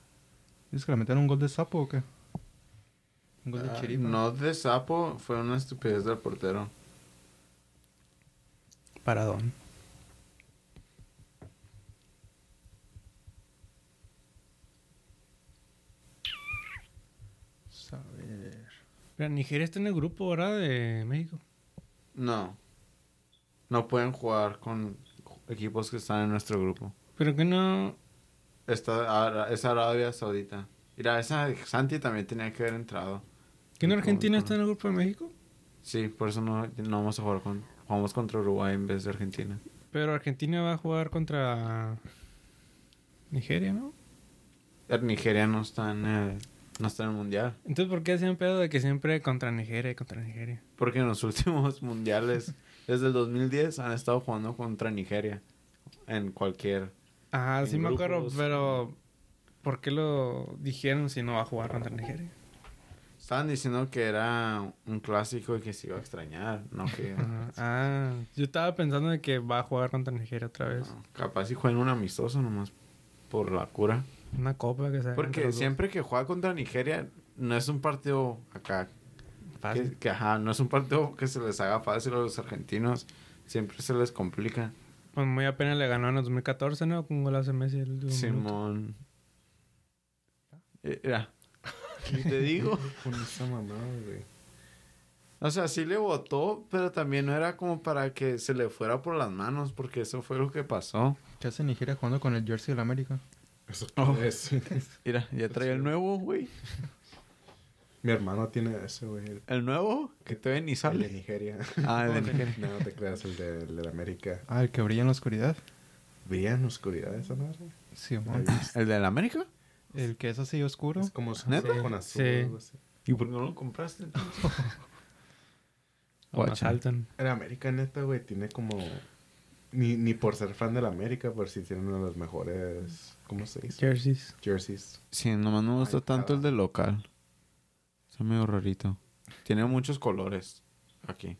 ¿Dices que le metieron un gol de sapo o qué? Un gol de
Ah,
chiripa.
No de sapo, fue una estupidez del portero.
Paradón.
Saber.
Pero Nigeria está en el grupo ahora de México.
No. No pueden jugar con equipos que están en nuestro grupo.
Pero que no.
Esta, Ara- es Arabia Saudita. Mira, esa Santi también tenía que haber entrado.
¿Que no
Sí,
Argentina
como-
está en el grupo de México?
Sí, por eso no, no vamos a jugar con... Jugamos contra Uruguay en vez de Argentina.
Pero Argentina va a jugar contra. Nigeria, ¿no?
El Er, Nigeria no está en el, no está en el mundial.
Entonces, ¿por qué hacen pedo de que siempre contra Nigeria y contra Nigeria?
Porque en los últimos mundiales, desde el 2010, han estado jugando contra Nigeria. En cualquier...
Ah,
En
sí me acuerdo,
grupos.
pero ¿por qué lo dijeron si no va a jugar contra Nigeria?
Estaban diciendo que era un clásico y que se iba a extrañar. No que...
Ajá. Ah, yo estaba pensando de que va a jugar contra Nigeria otra vez.
no, capaz si juegan un amistoso nomás por la cura.
Una copa que se haga entre
Porque
los dos.
siempre que juega contra Nigeria, no es un partido acá. Que,
Fácil.
que, ajá, no es un partido que se les haga fácil a los argentinos. Siempre se les complica.
Pues muy apenas le ganó en el 2014, ¿no? Con un golazo de Messi. El último minuto.
Simón. Eh, Mira. Y te digo.
Con esa mamada, güey.
O sea, sí le votó, pero también no era como para que se le fuera por las manos, porque eso fue lo que pasó.
¿Qué hace Nigeria jugando con el jersey del América?
Eso
Oh.
es.
Mira, ya traía el nuevo, güey.
Mi hermano tiene ese, güey. el-
El nuevo, que todavía ni
El de
sale.
Nigeria.
Ah, el de Nigeria.
no, te creas, el de, el de América.
Ah, el que brilla en la oscuridad.
Brilla en oscuridad esa madre.
Sí,
Ahí
mon.
está.
¿El de la América?
El que es así oscuro.
Es como su
¿Neta?
con azul.
Sí.
algo así.
¿Y por qué no lo compraste?
O
Guacha.
nos saltan.
El América, neta, güey, tiene como. Ni, ni por ser fan del América, pero sí tiene uno de los mejores. ¿Cómo se dice?
Jerseys.
Jerseys.
Sí, nomás no me gusta
Ay,
tanto el de
cabrón.
local. Está medio rarito. Tiene muchos colores aquí.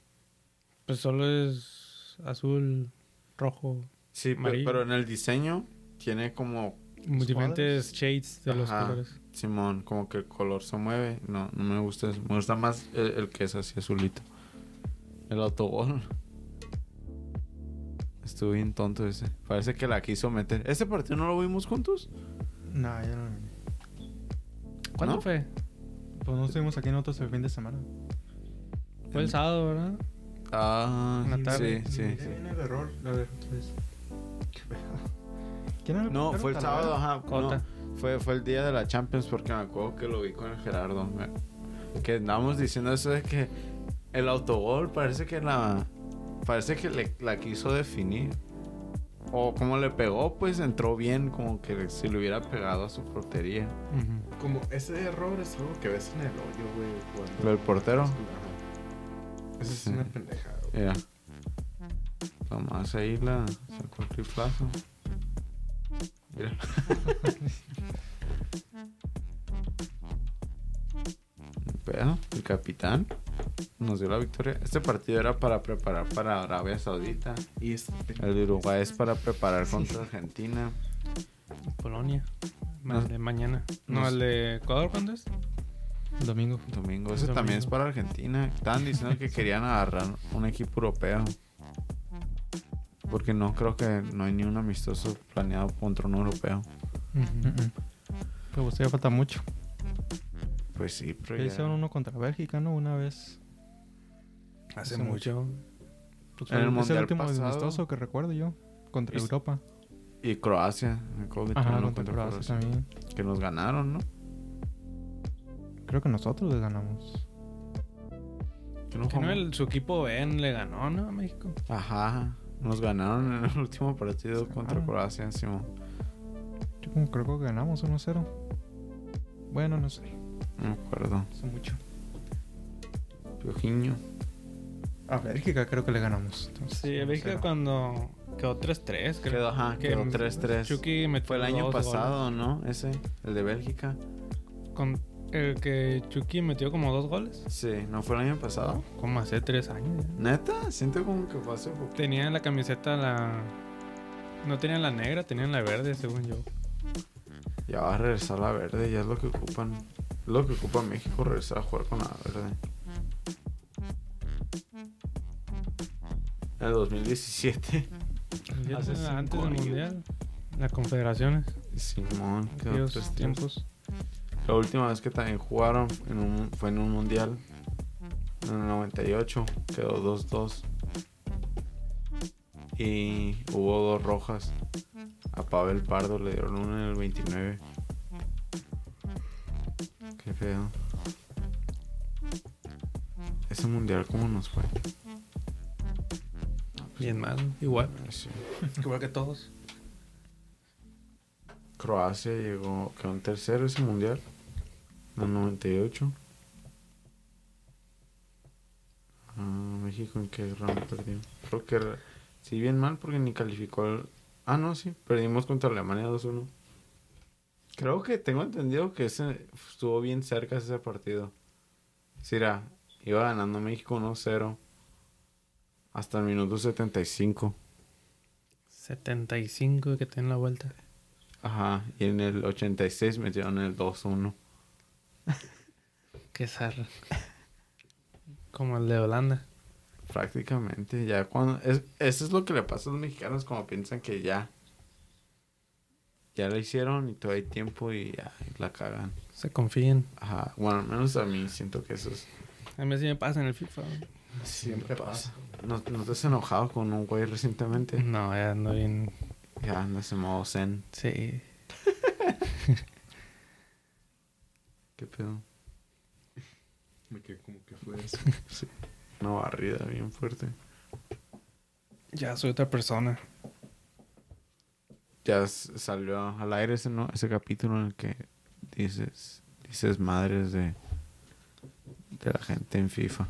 Pues solo es azul, rojo,
Sí,
Amarillo.
pero en el diseño tiene como
diferentes shades de los
Ajá.
colores.
Simón, como que el color se mueve. No, no me gusta eso. Me gusta más el, el que es así azulito. El autogol. Estuvo bien tonto ese. Parece que la quiso meter. ¿Ese partido no lo vimos juntos?
No, ya no.
¿Cuándo
¿No?
fue?
Pues no estuvimos aquí nosotros el fin de semana.
Fue el sábado, ¿verdad?
Ah,
En la tarde.
sí, sí.
Tiene el error.
A ver, pues. ¿Quién era
No,
portero,
fue el
Talavera?
sábado, ajá.
Cota.
no, fue, fue el día de la Champions porque me acuerdo que lo vi con el Gerardo. me- Que andábamos diciendo eso de que el autogol parece que la. Parece que le- la quiso definir. O como le pegó, pues entró bien, como que si le hubiera pegado a su portería.
Ujú.
Como ese error es algo que ves en el hoyo, güey. cuando-
¿Lo del portero? Mm.
Ajá. Esa es una pendejada, güey.
Mira. Nomás ahí la sacó el riflazo. Mira. Pero el capitán nos dio la victoria. Este partido era para preparar para Arabia Saudita.
Y es
El de Uruguay es para preparar contra Argentina.
Polonia. Ma-
Nos-
de mañana.
nos-
No, el de Ecuador, ¿cuándo es?
Domingo.
Domingo. Ese también es
Domingo.
para Argentina. Estaban diciendo que querían agarrar un equipo europeo. Porque no creo que no hay ni un amistoso planeado contra un europeo.
Ah. Pero usted ya Pues, falta mucho.
Pues sí,
Ya
pero ya-
hicieron uno contra Bélgica, ¿no? Una vez.
Hace
mucho. Pues fue
En el
es
mundial
último
pasado. Este,
amistoso que recuerdo yo. Contra
Es-
Europa.
Y Croacia, me acuerdo que
Ajá,
también lo
contra
contra
Croacia
Croacia.
también.
Que nos ganaron, ¿no?
Creo que nosotros les ganamos.
Que no
Que no,
jugamos.
el- su equipo Ben le ganó, ¿no? A México.
Ajá, nos ganaron en el último partido
Se
contra
ganaron.
Croacia, Simón.
Yo como creo que ganamos 1-0. Bueno, no sé.
No me acuerdo.
Hace mucho.
Piojiño.
A Bélgica creo que le ganamos. Entonces,
Sí, a México
1-0.
cuando quedó 3-3, creo.
Quedó, ajá,
Que
quedó 3-3.
Chucky metió
Fue el año
dos goles.
pasado, ¿no? Ese, el de Bélgica.
Con el que Chucky metió como dos goles.
Sí, ¿no fue el año pasado?
Como hace tres años. ya.
Neta, siento como que fue hace poco.
Tenía la camiseta la... No tenían la negra, tenían la verde, según yo.
Ya va a regresar la verde, ya es lo que ocupan. Es lo que ocupa México, regresar a jugar con la verde. En el 2017.
Ya
Hace
tenía antes
cinco
del
años.
Mundial. Las confederaciones.
Simón, quedó
Aquellos
3-3.
tiempos.
La última vez que también jugaron en un- fue en un mundial. En el 98. Quedó 2-2. Y hubo dos rojas. A Pavel Pardo le dieron una en el 29. Qué feo. Ese mundial, ¿cómo nos fue?
Bien mal. Igual.
Sí.
Igual que todos.
Croacia llegó, quedó en tercero ese mundial. En el 98. Ah, México en qué round perdió. Creo que era- sí, bien mal porque ni calificó el- Ah, no, sí, perdimos contra Alemania 2-1. Creo que tengo entendido que ese estuvo bien cerca ese partido. Sí, era, iba ganando México 1-0 hasta el minuto 75.
75 que tienen la vuelta.
Ajá, y en el 86 metieron el 2-1.
Qué zarra. Como el de Holanda.
Prácticamente, ya cuando... Es, eso es lo que le pasa a los mexicanos como piensan que ya... Ya la hicieron y todavía hay tiempo y ya y la cagan.
Se confíen.
Ajá, bueno, al menos a mí siento que eso es...
A mí sí me pasa en el FIFA.
Siempre pasa.
¿No, ¿No te has enojado con un güey recientemente?
No, ya ando bien.
Ya, en ese modo zen.
Sí.
¿Qué pedo?
Me quedé como que fue eso.
Una barrida bien fuerte.
Ya soy otra persona.
Ya s- salió al aire ese, ¿no? ese capítulo en el que dices dices madres de, de la gente en FIFA.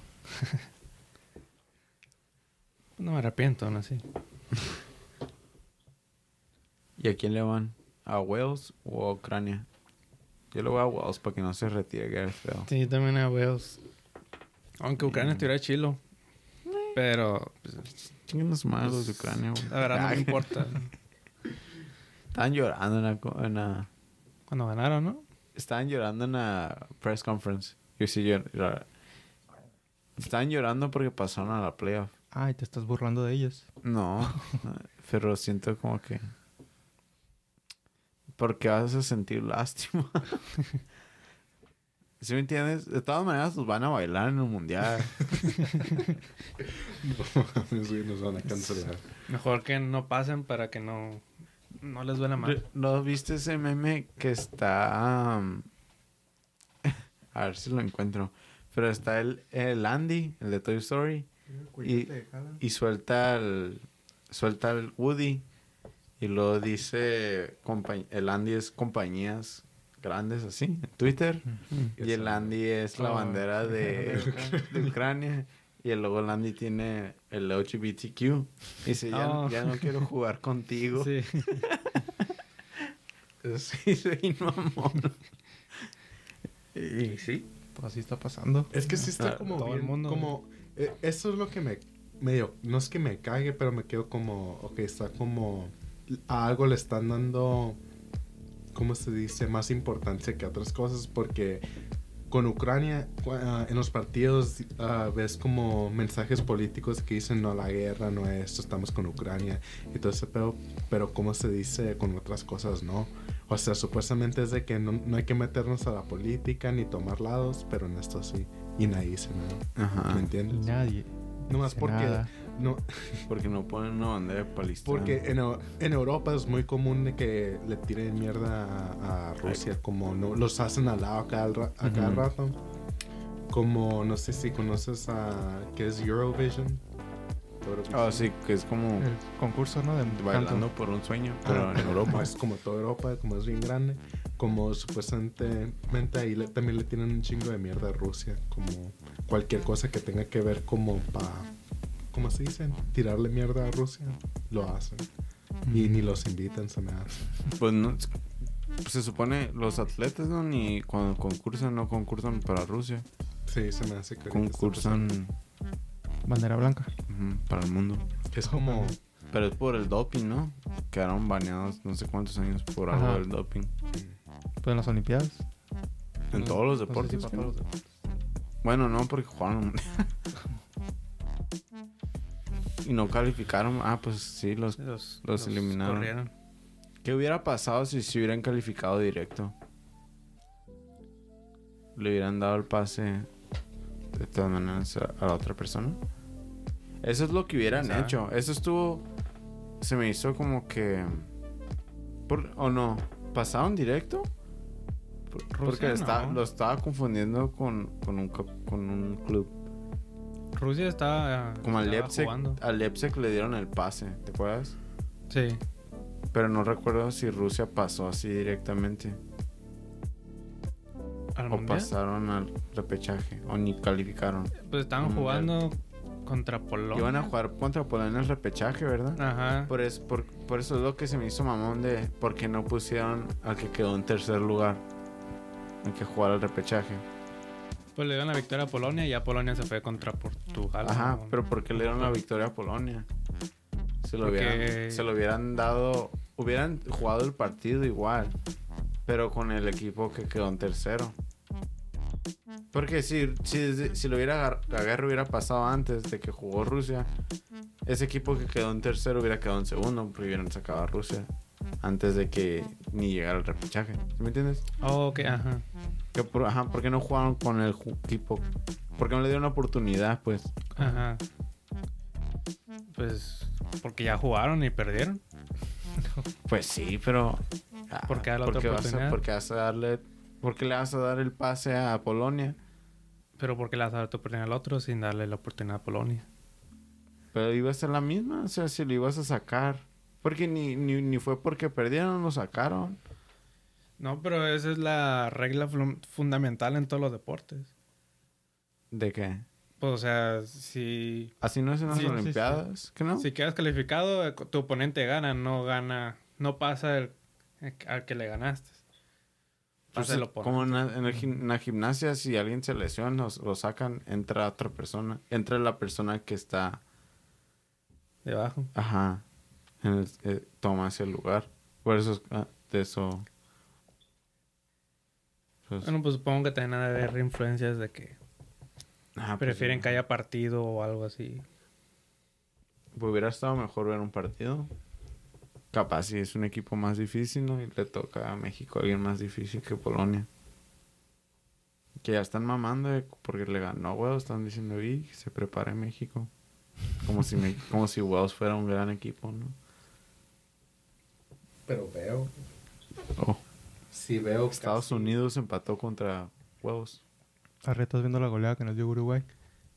No me arrepiento aún así.
¿Y a quién le van? ¿A Wales o a Ucrania? Yo le voy a Wales para que no se retire Gareth Bale.
Sí, también a Wales. Aunque Ucrania estuviera chilo. Pero, pues,
Chinguen a su madre los de Ucrania, güey.
la verdad no me
Ay,
importa.
Estaban llorando en la, co- en la-
Cuando ganaron, ¿no?
Estaban llorando en la press conference. Yo sí llor- llor- Estaban llorando porque pasaron a la playoff.
Ay, te estás burlando de ellos.
No, no, pero siento como que... Porque vas a sentir lástima. ¿Sí me entiendes? De todas maneras, los van a bailar en el mundial.
No mames, güey, nos van a cancelar.
Mejor que no pasen para que no, no les duela mal.
¿No viste ese meme que está... um, a ver si lo encuentro. Pero está el, el Andy, el de Toy Story, y suelta al... Suelta al Woody. Y luego dice... compañ- El Andy es compañías grandes así, en Twitter. Y el Andy es la
Ah,
bandera Oh, de, de Ucrania. Y el logo Andy tiene el LGBTQ. Y dice, ya,
Ah.
ya no quiero jugar contigo.
Sí.
Sí, soy mamón. Y sí.
Pues así está pasando.
Es que sí
Ah,
está como
todo el
bien,
mundo,
como... eh, eso es lo que me... Medio, no es que me cague, pero me quedo como... Ok, está como... A algo le están dando... ¿Cómo se dice? Más importancia que a otras cosas porque... Con Ucrania, cu- ah, en los partidos ah, ves como mensajes políticos que dicen no la guerra, no esto, estamos con Ucrania y todo ese pedo, pero ¿cómo se dice con otras cosas? No. O sea, supuestamente es de que no, no hay que meternos a la política ni tomar lados, pero en esto sí. Y nadie dice nada.
Ajá.
¿Me entiendes?
nadie.
Nomás
dice
porque,
nada.
no,
Porque no ponen una bandera de Palestina.
porque en, Eu- en Europa es muy común de que le tiren mierda a, a Rusia, como no, los hacen al lado a cada, ra- a cada
Ujú.
rato. Como no sé si conoces a. que es Eurovision? Eurovision.
Ah, sí, que es como
El concurso, ¿no? De
bailando
canto.
por un sueño, pero
Pero
en Europa.
Es Ah. Pues como toda Europa, como es bien grande. Como supuestamente ahí le- también le tienen un chingo de mierda a Rusia. Como cualquier cosa que tenga que ver como para... ¿Cómo se dice? Tirarle mierda a Rusia. Lo hacen. Y
Mm.
ni los invitan, se me hace.
Pues no. pues se supone los atletas, ¿no? Ni cuando concursan, no concursan para Rusia.
Sí, se me hace que... ahorita está
Concursan
Bandera blanca.
ujú, para el mundo.
pasando. Es como...
Pero es por el doping, ¿no? Quedaron baneados no sé cuántos años por algo
Ajá.
del doping.
mm,
Pues en las Olimpiadas.
En
No-
todos los
no sé si
deportes.
para
creo.
todos los deportes.
Bueno, no, porque jugaron. y no calificaron. Ah, pues sí, los.
Los,
Los eliminaron.
corrieron.
¿Qué hubiera pasado si se hubieran calificado directo? Le hubieran dado el pase de todas maneras a a la otra persona. Eso es lo que hubieran
¿Quién sabe?
hecho. Eso estuvo. Se me hizo como que. por- ¿O no? ¿Pasaron directo? Por- Porque
Rusia,
está-
no.
lo estaba confundiendo con, con, un, co- con un club.
Rusia está
Como al
estaba
Leipzig,
jugando.
al Leipzig le dieron el pase, ¿te acuerdas?
Sí.
Pero no recuerdo si Rusia pasó así directamente
¿Al
o
mundial?
pasaron al repechaje o ni calificaron.
Pues estaban
al
jugando contra Polonia.
Iban a jugar contra Polonia en el repechaje, ¿verdad?
Ajá.
Por, es, por, por eso es lo que se me hizo mamón de porque no pusieron al que quedó en tercer lugar en que jugar al repechaje.
Pues le dieron la victoria a Polonia y ya Polonia se fue contra Portugal.
Ajá,
¿no?
pero porque le dieron la victoria a Polonia. Se lo,
Porque-
hubieran, se lo hubieran dado. Hubieran jugado el partido igual. Pero con el equipo que quedó en tercero. Porque si, si, si lo hubiera agar- la guerra hubiera pasado antes de que jugó Rusia, ese equipo que quedó en tercero hubiera quedado en segundo, porque hubieran sacado a Rusia antes de que ni llegara el repechaje. ¿Sí ¿Me entiendes?
Oh, ok, ajá.
Que por- ajá, ¿Por qué no jugaron con el ju- equipo? ¿Por qué no le dieron la oportunidad, pues?
Ajá. Pues porque ya jugaron y perdieron.
Pues sí, pero. ah,
¿Por qué darle otra
porque vas a-
oportunidad?
porque vas a darle ¿Por qué le vas a dar el pase a Polonia?
Pero porque le vas a dar tu oportunidad al otro sin darle la oportunidad a Polonia.
Pero iba a ser la misma, o sea, si lo ibas a sacar. Porque ni, ni, ni fue porque perdieron, lo sacaron.
No, pero esa es la regla flu- fundamental en todos los deportes.
¿De qué?
Pues, o sea, si,
Así no es en las
Sí, sí, sí.
Olimpiadas, ¿qué no?
si quedas calificado, eh, tu oponente gana, no gana, no pasa el, el- al que le ganaste.
Pues,
Pasa el oponente.
como en la, en el gim- en la gimnasia, si alguien se lesiona, lo, lo sacan, entra otra persona. Entra la persona que está,
Debajo.
ajá, en el- eh, toma ese lugar. Por eso, es- ah, de eso... Pues,
Bueno, pues supongo que también ha de haber influencias de que
ah, pues,
prefieren que haya partido o algo así.
Pues hubiera estado mejor ver un partido. Capaz si es un equipo más difícil, ¿no? Y le toca a México alguien más difícil que Polonia. Que ya están mamando de- porque le ganó Huevos. Están diciendo, y se prepare México. Como si, me- como si Huevos fuera un gran equipo, ¿no?
Pero veo.
Oh,
Sí veo.
Estados
casi.
Unidos empató contra Huevos.
Arre, estás viendo la goleada que nos dio Uruguay.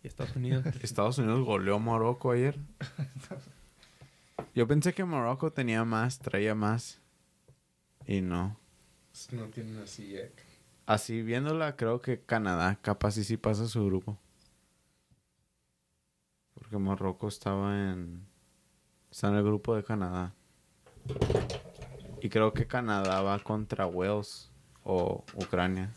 Y Estados Unidos.
Estados Unidos goleó a Morocco ayer. Yo pensé que Morocco tenía más, traía más. Y no.
No tienen así, eh.
Así viéndola, creo que Canadá capaz y sí pasa su grupo. Porque Marruecos estaba en. Está en el grupo de Canadá. Y creo que Canadá va contra Wales o Ucrania.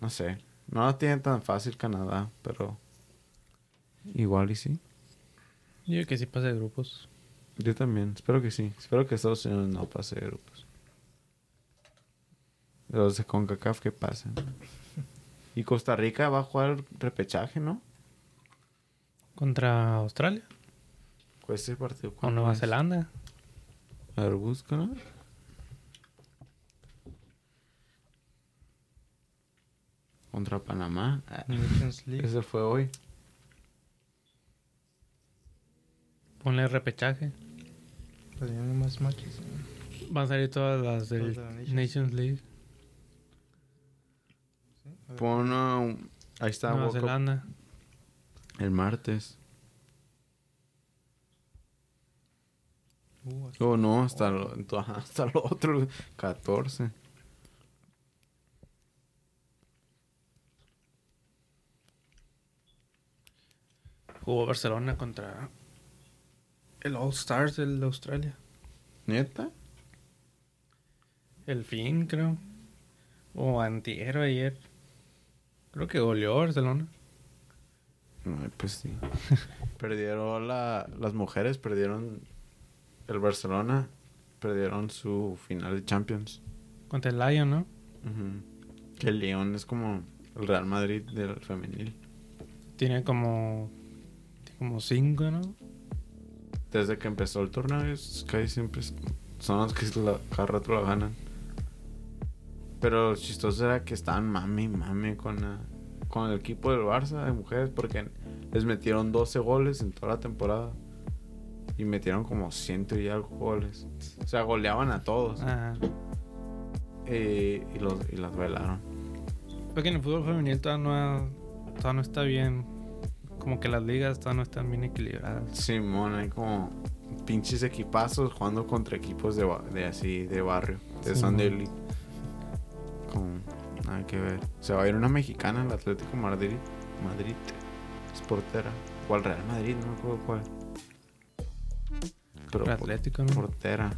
No sé. No la tiene tan fácil Canadá, pero. Igual y sí.
Yo creo que sí pasa de grupos.
Yo también, espero que sí. Espero que Estados Unidos no pase de grupos. Los de CONCACAF que pasen. Y Costa Rica va a jugar repechaje, ¿no?
Contra Australia
Pues ese partido.
o
¿cuándo
Nueva
es?
Zelanda.
A ver, búscalo. Contra Panamá. Ah,
Nations League.
Ese fue hoy.
Ponle repechaje.
Tenían Pues más matches.
Van a salir todas las del
Todas las Nations.
Nations. League.
Pon, ah, un- ahí está
Nueva
World Cup
Zelanda.
el martes.
Uh, aquí.
Oh, no, hasta lo, ento- ajá, hasta lo otro. 14.
Jugó Barcelona contra el All Stars del de Australia.
¿Neta?
El fin, creo. O antier o ayer. Creo que goleó Barcelona.
Ay, pues sí. perdieron la, las mujeres, perdieron el Barcelona, perdieron su final de Champions.
Contra el Lyon, ¿no?
Ujú. Que el León es como el Real Madrid del femenil.
Tiene como. Como cinco, ¿no?
Desde que empezó el torneo, es- casi siempre es- son los que la, cada rato la ganan. Pero lo chistoso era que estaban mami, mami con, la- con el equipo del Barça de mujeres porque les metieron 12 goles en toda la temporada. Y metieron como ciento y algo goles. O sea, goleaban a todos.
Ajá.
Eh, y, los, y las bailaron.
Creo que en el fútbol femenil todavía no, ha- todavía no está bien. Como que las ligas todavía no están bien equilibradas.
Simón, hay como pinches equipazos jugando contra equipos de, ba- de así, de barrio, de
Simón.
Sunday League. Como, nada que ver. Se va a ir una mexicana al Atlético Madrid. Madrid. Es portera. O al Real Madrid, no me acuerdo cuál. Pero por-
El Atlético, ¿no?
portera.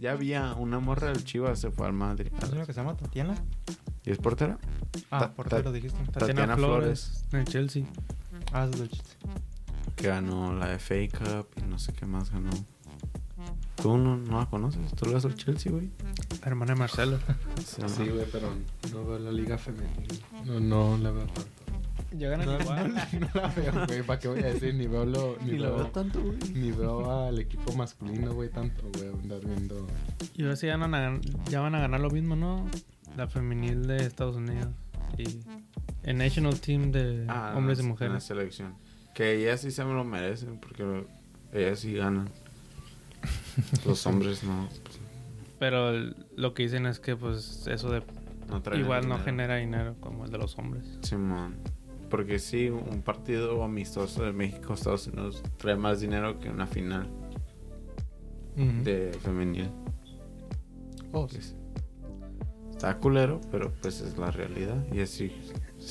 Ya había una morra del Chivas, se fue al Madrid.
¿Es
Ah,
una que se llama Tatiana?
¿Y es portera? Ta-
Ah, portero dijiste.
Tatiana Flores.
En el Chelsea.
Ah, es del chiste.
Que ganó la FA Cup y no sé qué más ganó. Tú no, no la conoces, tú le vas al Chelsea, güey.
La hermana de Marcelo.
Se llama-
Sí, güey, pero no veo la liga femenina. No, no la veo tanto.
Ya ganan igual.
No la veo, güey. ¿Para qué voy a decir? Ni veo lo... Ni,
Y la
veo,
veo tanto, güey.
ni veo al equipo masculino, güey, tanto, güey. Andar viendo...
Y ahora sí ganan a gan- ya van a ganar lo mismo, ¿no? La femenil de Estados Unidos. Y el National Team de
Ah,
hombres y
en la- en la
mujeres.
selección. Que ellas sí se me lo merecen porque ellas sí ganan. Los hombres no.
Pero el- lo que dicen es que pues eso de
No traen el
igual no
dinero.
genera dinero como el de los hombres.
Simón. Porque sí, un partido amistoso de México-Estados Unidos trae más dinero que una final
¿Mm?
de femenil.
Oh,
Pues, Está culero, pero pues es la realidad. Y así.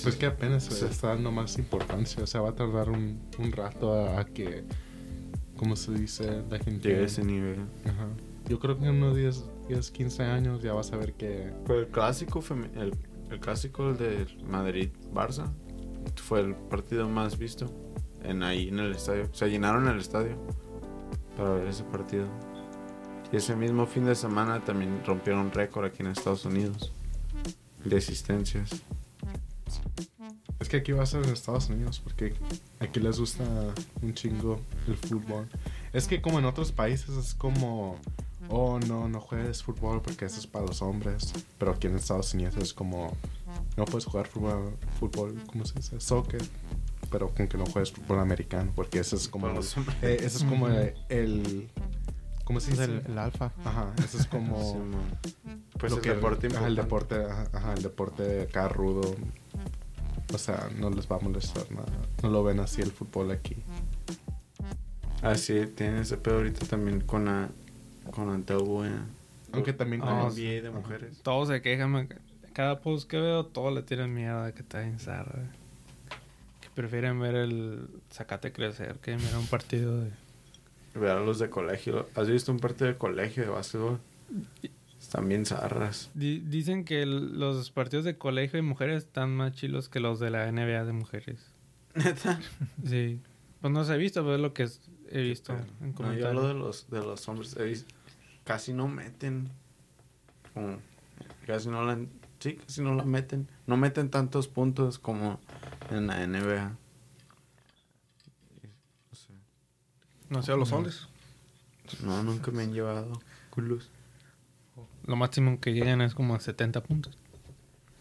Pues que apenas se
Sí.
está dando más importancia. O sea, va a tardar un, un rato a, a que. ¿Cómo se dice? La gente.
Llega a ese nivel.
Ajá. Yo creo que en unos 10, 10, 15 años ya vas a ver que.
Pero el clásico, femi- el, el clásico de Madrid-Barça fue el partido más visto en ahí en el estadio. Se llenaron el estadio para ver ese partido. Y ese mismo fin de semana también rompieron récord aquí en Estados Unidos de asistencias.
Es que aquí va a ser en Estados Unidos porque aquí les gusta un chingo el fútbol. Es que como en otros países es como, oh no, no juegues fútbol porque eso es para los hombres. Pero aquí en Estados Unidos es como, no puedes jugar fútbol, fútbol ¿cómo se dice? Soccer. Pero con que no juegues fútbol americano porque eso es como,
Para
el-
los hombres.
eh, eso es como
Ujú.
el, el- ¿cómo se
es
dice?
el, el alfa.
Ajá, eso es como...
Simón. pues
lo
el
que-
deporte
ajá, el
importante.
deporte ajá, ajá, el deporte acá rudo o sea no les va a molestar nada no lo ven así el fútbol aquí
Así Ah, tiene ese pedo ahorita también con la con la WWE.
aunque también
Ah,
con
Ah,
los-
NBA de
ajá.
mujeres.
Todos se quejan. man. Cada post que veo, todos le tienen miedo de que está en zarra. Que prefieren ver el Zacate crecer que mirar un partido de.
Ver a los de colegio. ¿Has visto un partido de colegio de básquetbol? Están bien zarras.
Di- dicen que el- los partidos de colegio de mujeres están más chilos que los de la NBA de mujeres.
Neta.
Sí. Pues no se he visto, pero es lo que es- he visto en
No, yo hablo
comentarios.
de los, de los hombres. he visto- Casi no meten. Como- casi no la. Sí, casi no la meten. No meten tantos puntos como en la NBA. No sé.
No sé, a los hombres.
No, nunca me han llevado culos.
Lo máximo que llegan es como a 70 puntos.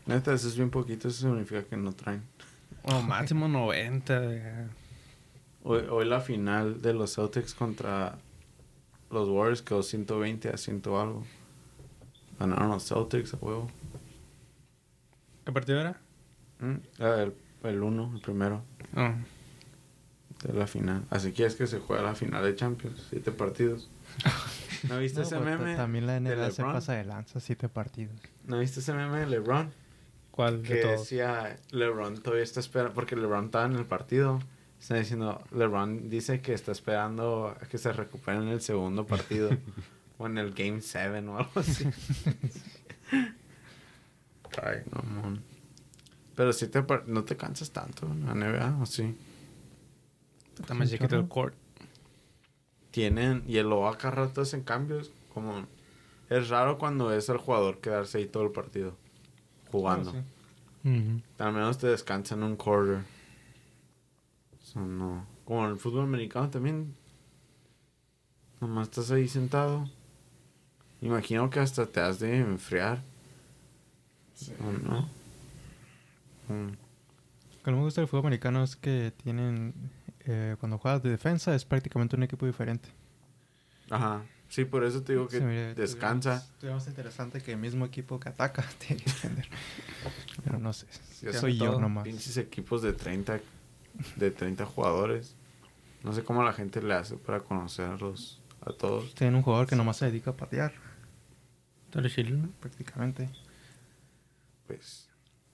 Neta, eso es bien poquito. Eso significa que no traen.
O máximo 90. de-
Hoy, hoy la final de los Celtics contra los Warriors quedó 120 a 100 algo. Ganaron los Celtics a huevo.
¿Qué partido era?
Mm, ah, El, el uno, el primero
Ah.
de la final. Así que es que se juega la final de Champions. Siete partidos. ¿No viste ese
No, pues,
meme?
También la
de
NBA se
LeBron?
pasa de lanza siete partidos.
¿No viste ese meme de LeBron?
¿Cuál de
Que
todos?
decía LeBron todavía está esperando. Porque LeBron estaba en el partido. Está diciendo, LeBron dice que está esperando a que se recupere en el segundo partido. o en el Game 7 o algo así. Ay, no, mon. Pero si te, par- no te cansas tanto en la NBA, ¿o sí?
Está más chiquito el court.
tienen y el acá rato hacen cambios como es raro cuando es el jugador quedarse ahí todo el partido jugando
Ah, sí.
Ujú.
al menos te descansan un quarter Eso no como en el fútbol americano también nomás estás ahí sentado imagino que hasta te has de enfriar ¿o no Mm.
Lo que no me gusta del fútbol americano es que tienen. eh, cuando juegas de defensa es prácticamente un equipo diferente.
ajá sí por eso te digo que
Se mira-
descansa
Estuviera más interesante que el mismo equipo que ataca tiene que defender. Pero no sé.
Ya
soy yo
todo
nomás.
pinches equipos de 30 de 30 jugadores. No sé cómo la gente le hace para conocerlos a todos.
Tienen un jugador que nomás se dedica a patear,
¿Tú eres chileno?
prácticamente.
Pues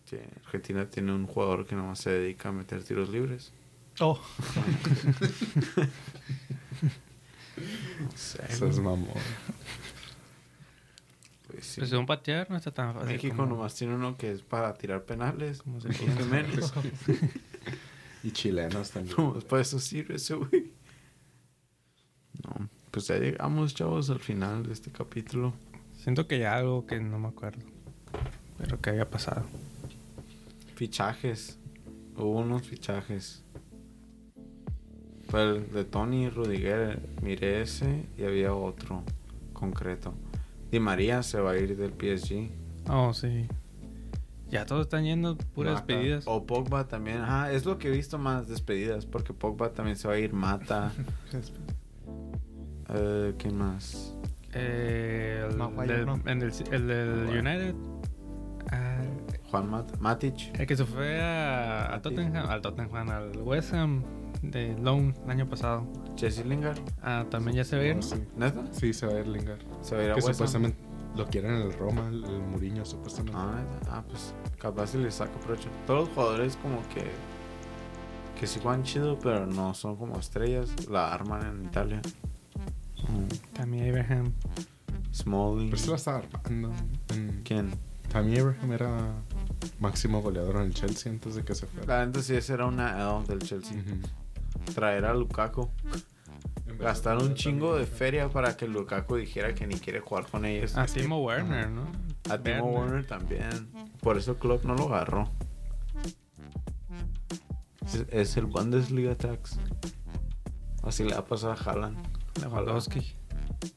sí, Argentina tiene un jugador que nomás se dedica a meter tiros libres.
Oh,
No sé,
Eso es mamón.
pues, sí.
Pues según patear no está tan fácil.
México
como-
nomás tiene uno que es para tirar penales.
como se
Raúl
piensa.
Jiménez.
Y chilenos también.
Nomás para eso sirve ese güey. No, pues ya llegamos, chavos, al final de este capítulo.
Siento que ya algo que no me acuerdo. Pero que había pasado.
Fichajes. Hubo unos fichajes. Fue el de Tony Rudiger. Miré ese y había otro concreto. Di María se va a ir del PSG.
Oh, sí. Ya todos están yendo puras
Mata.
despedidas.
O Pogba también. Ajá, es lo que he visto más despedidas. Porque Pogba también se va a ir. Mata. Eh, ¿Quién más?
Eh, el,
Maguire,
del-
¿no?
en el, el del
Maguire.
United. Ah,
Juan Mat Matic.
el que se fue a, a
Matic.
Tottenham, al Tottenham, al West Ham de Loan el año pasado.
Jesse Lingard.
Ah, también ya se ve.
Sí,
¿Neta?
sí, se va a ir Lingard.
Se va a ir a
Que
West Ham.
supuestamente lo quieren en el Roma, el, el Muriño, supuestamente.
Ah, ¿neta? Ah, pues capaz si le saco provecho. Todos los jugadores como que que sí juegan chido, pero no son como estrellas. La arman en Italia. Mm,
También Abraham.
Smalling.
Pero se la estaba armando. En...
¿Quién?
Tammy Abraham era máximo goleador en el Chelsea antes de que se fuera.
La neta sí, esa era una L del Chelsea.
Ujú.
Traer a Lukaku. Gastar un chingo de feria para que Lukaku dijera que ni quiere jugar con ellos.
A Timo Werner, ¿no?
A Timo Werner también. Por eso Klopp no lo agarró. Es, es el Bundesliga Tax. Así le va a pasar a Haaland.
Lewandowski.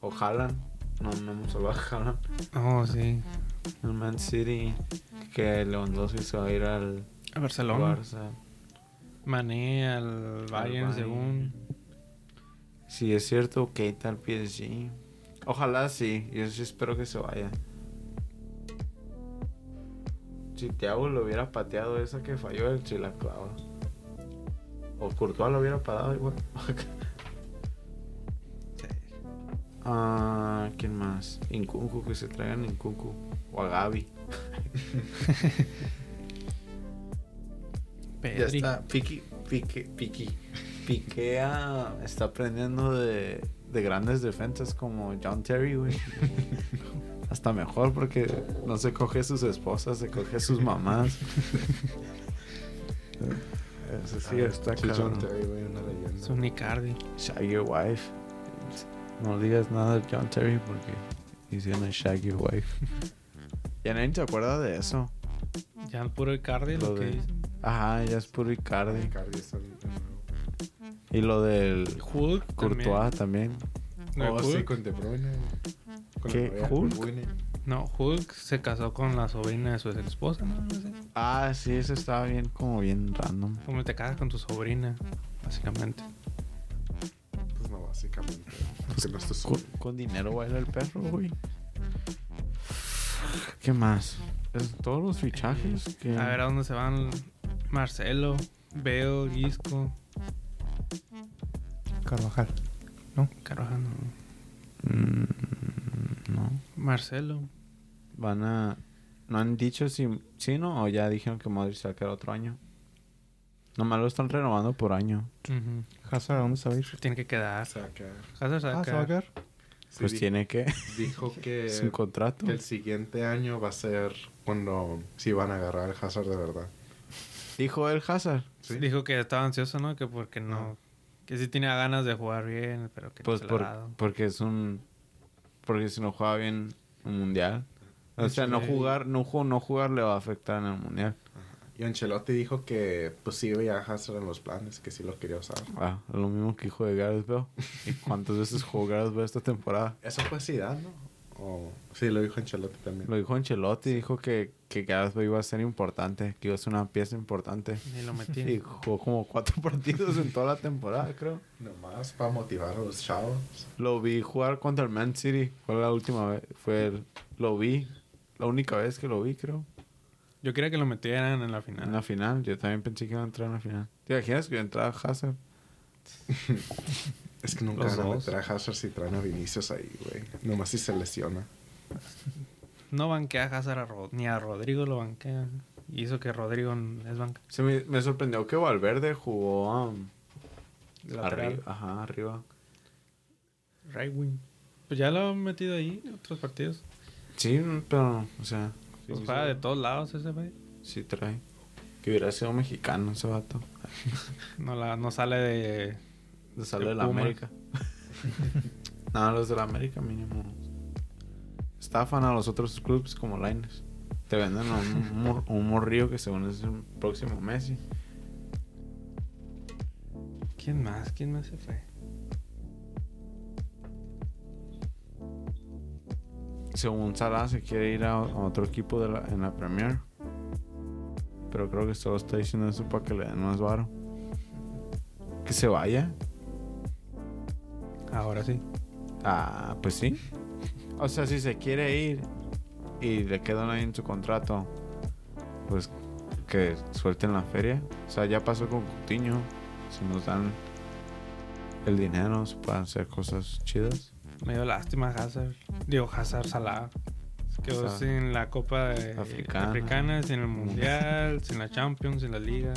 O Haaland. No, no hemos hablado de Haaland.
Oh, sí.
El Man City. Que Lewandowski se va a ir al
A Barcelona.
Barça.
Mané al Bayern,
Bayern.
según.
Si es cierto, Keita al PSG. Ojalá sí. Yo sí espero que se vaya. Si Thiago lo hubiera pateado esa que falló, él sí la clava. O Courtois lo hubiera parado igual. Ah, ¿quién más? Inkunku, que se traigan Inkunku. O a Gaby.
Pedri.
Ya está. Piqui, pique, piqui. Piqué a- está aprendiendo de, de grandes defensas como John Terry, güey. Hasta mejor porque no se coge sus esposas, se coge sus mamás. Eso Ah, sí, está
John
cabrón.
Terry, güey, una leyenda.
Es un Icardi.
Shag your wife. No digas nada de John Terry porque hicieron shag your wife. Ya nadie se acuerda de eso.
Ya el puro Icardi
Lo
lo que
de-
dice.
Ajá, ya es puro Icardi.
Icardi está bien, güey.
Y lo del
Hulk.
Courtois también.
también. Lo de
Oh,
Hulk.
sí, con De Bruyne. Con
¿Qué?
la novia de
¿Hulk?
De Bruyne.
No, Hulk se casó con la sobrina de su esposa, ¿no? No sé.
Ah, sí, eso estaba bien, como bien random.
Como te casas con tu sobrina, básicamente.
Pues no, básicamente.
Pues,
Porque no estás
Con, con dinero baila el perro, güey. ¿Qué más? Es todos los fichajes que...
A ver a dónde se van Marcelo, Bale, Gisco,
Carvajal.
Carvajal.
Mm, no.
Marcelo.
Van a... No han dicho si... Sí, no, o ya dijeron que Modric se va a quedar otro año. Nomás lo están renovando por año.
Ujú.
Hazard, ¿a dónde se va a ir?
Se Tiene que quedar.
Saca.
Hazard se va a
Ah, ¿se va a
quedar.
quedar?
Sí,
Pues
di-
tiene que...
Dijo que,
Es un contrato.
que el siguiente año va a ser cuando sí van a agarrar al Hazard de verdad.
Dijo el Hazard.
Sí.
Dijo que estaba ansioso, ¿no? Que porque no. Que sí tenía ganas de jugar bien, pero que
Pues
no se
por-
le ha dado.
porque es un... Porque si no juega bien un mundial. O sea, no
Sí.
jugar, no, ju- no jugar le va a afectar en el mundial.
Y Ancelotti dijo que pues sí veía a Hazard en los planes, que sí lo quería usar.
Ah, lo mismo que hijo de Gareth Bale. ¿Y cuántas veces jugó Gareth Bale esta temporada?
Eso fue Zidane, ¿no? O- sí, lo dijo Ancelotti también.
Lo dijo Ancelotti, dijo que, que Gareth Bale iba a ser importante, que iba a ser una pieza importante.
Ni lo metí.
Y jugó como cuatro partidos en toda la temporada, creo.
Nomás para motivar a los chavos.
Lo vi jugar contra el Man City. Fue la última vez. Fue el- lo vi. La única vez que lo vi, creo.
Yo quería que lo metieran en la final.
En la final. Yo también pensé que iba a entrar en la final. ¿Te imaginas que entraba Hazard?
Es que nunca
Los
van a
dos.
meter a Hazard si traen a Vinicius ahí, güey. Nomás si se lesiona.
No banquea a Hazard a Ro- ni a Rodrigo lo banquea. Y hizo que Rodrigo es banca.
Se me, me sorprendió que Valverde jugó um,
Lateral.
arriba. Ajá, arriba.
Right wing. Pues ya lo han metido ahí en otros partidos.
Sí, pero, o sea,
Pues juega de todos lados ese güey.
sí trae. Que hubiera sido mexicano ese vato.
No, la, no sale de.
De sale
De
de la
Pumas.
América. Nada, los de la América mínimo. Estafan a los otros clubes como Lines. Te venden a un, mor- un morrillo que según es el próximo Messi.
¿Quién más? ¿Quién más se fue?
Según Salah se quiere ir a, a otro equipo de la- en la Premier. Pero creo que solo está diciendo eso para que le den más varo. Que se vaya.
Ahora sí.
Ah, pues sí. O sea, si se quiere ir y le quedan ahí en su contrato, pues que suelten la feria. O sea, ya pasó con Coutinho. Si nos dan el dinero, se pueden hacer cosas chidas.
Me dio lástima Hazard. Digo, Hazard Salah. Se quedó
Salah.
sin la Copa de-
Africana.
africana. sin el Mundial, sin la Champions, sin la Liga.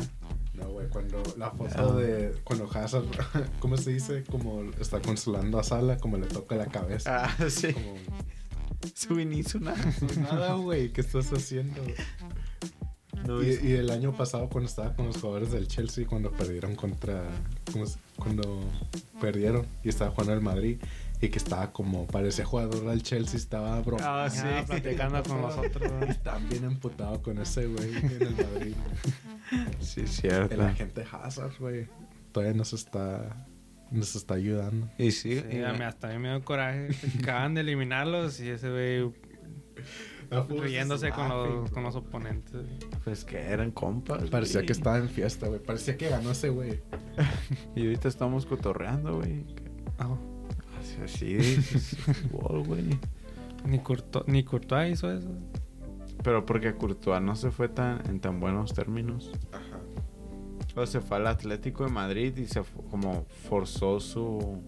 No, güey, cuando la foto de. Cuando Hazard, ¿cómo se dice? Como está consolando a Sala, como le toca la cabeza.
Ah, sí.
Como, "Pues
Su inicio, nada.
nada, güey, ¿qué estás haciendo?
No,
y,
es-
y el año pasado, cuando estaba con los jugadores del Chelsea, cuando perdieron contra. ¿cómo se- Cuando perdieron y estaba jugando al Madrid, y que estaba como. Parecía jugador al Chelsea, estaba bro.
Ah, sí.
Ah, platicando con nosotros. ¿no?
Están bien emputado con ese güey en el Madrid.
Sí, cierto.
El agente Hazard, güey. Todavía nos está. Nos está ayudando.
Y sí,
Sí, a mí hasta a mí me dio coraje. Acaban de eliminarlos y ese güey riéndose con los, con los oponentes.
pues que eran compas.
Pues
Parecía
güey.
que estaba en fiesta, güey. Parecía que ganó ese güey.
Y ahorita estamos cotorreando, güey.
Ah,
Así, así es fútbol, güey.
ni, Courto- ni Courtois hizo eso.
Pero porque Courtois no se fue tan, en tan buenos términos.
Ajá.
O se fue al Atlético de Madrid y se fu- como forzó su...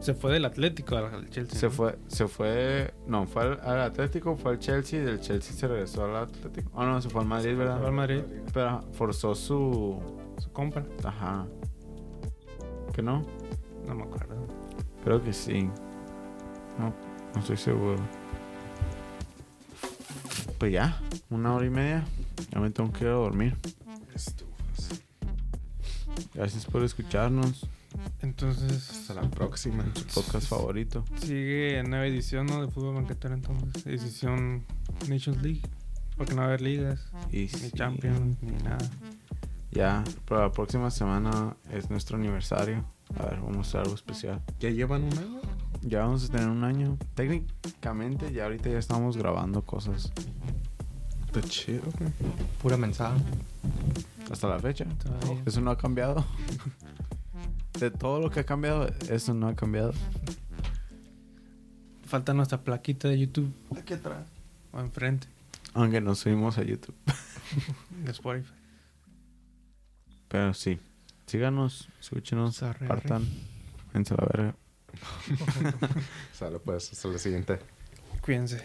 Se fue del Atlético al al Chelsea.
Se
¿no?
fue, se fue... No, fue al, al Atlético, fue al Chelsea y del Chelsea se regresó al Atlético. Ah, no, se fue al Madrid,
Se fue al
¿verdad?
Madrid,
Pero forzó su...
su compra.
Ajá. ¿Que no?
No me acuerdo.
Creo que sí. No, no estoy seguro. Pues ya, una hora y media. Ya me tengo que ir a dormir.
Estufas.
Gracias por escucharnos.
Entonces,
Hasta la próxima.
Su podcast favorito.
sigue nueva edición ¿no? de fútbol banquetero. Entonces, edición Nations League. Porque no va a haber ligas,
Y
ni
Ah, sí,
Champions, ni nada.
Ya, para la próxima semana es nuestro aniversario. A ver, vamos a hacer algo especial.
¿Ya llevan un año?
Ya vamos a tener un año. Técnicamente, ya ahorita ya estamos grabando cosas.
Está chido, güey.
Pura mensaje.
Hasta la fecha.
Todavía.
Eso no ha cambiado. De todo lo que ha cambiado, eso no ha cambiado.
Falta nuestra plaquita de YouTube. Aquí atrás. O enfrente,
Aunque nos subimos a YouTube.
de Spotify.
Pero sí. Síganos, escúchenos,
Arre, arre.
partan. Vénse a la verga.
Sale, pues. Hasta la siguiente.
Cuídense.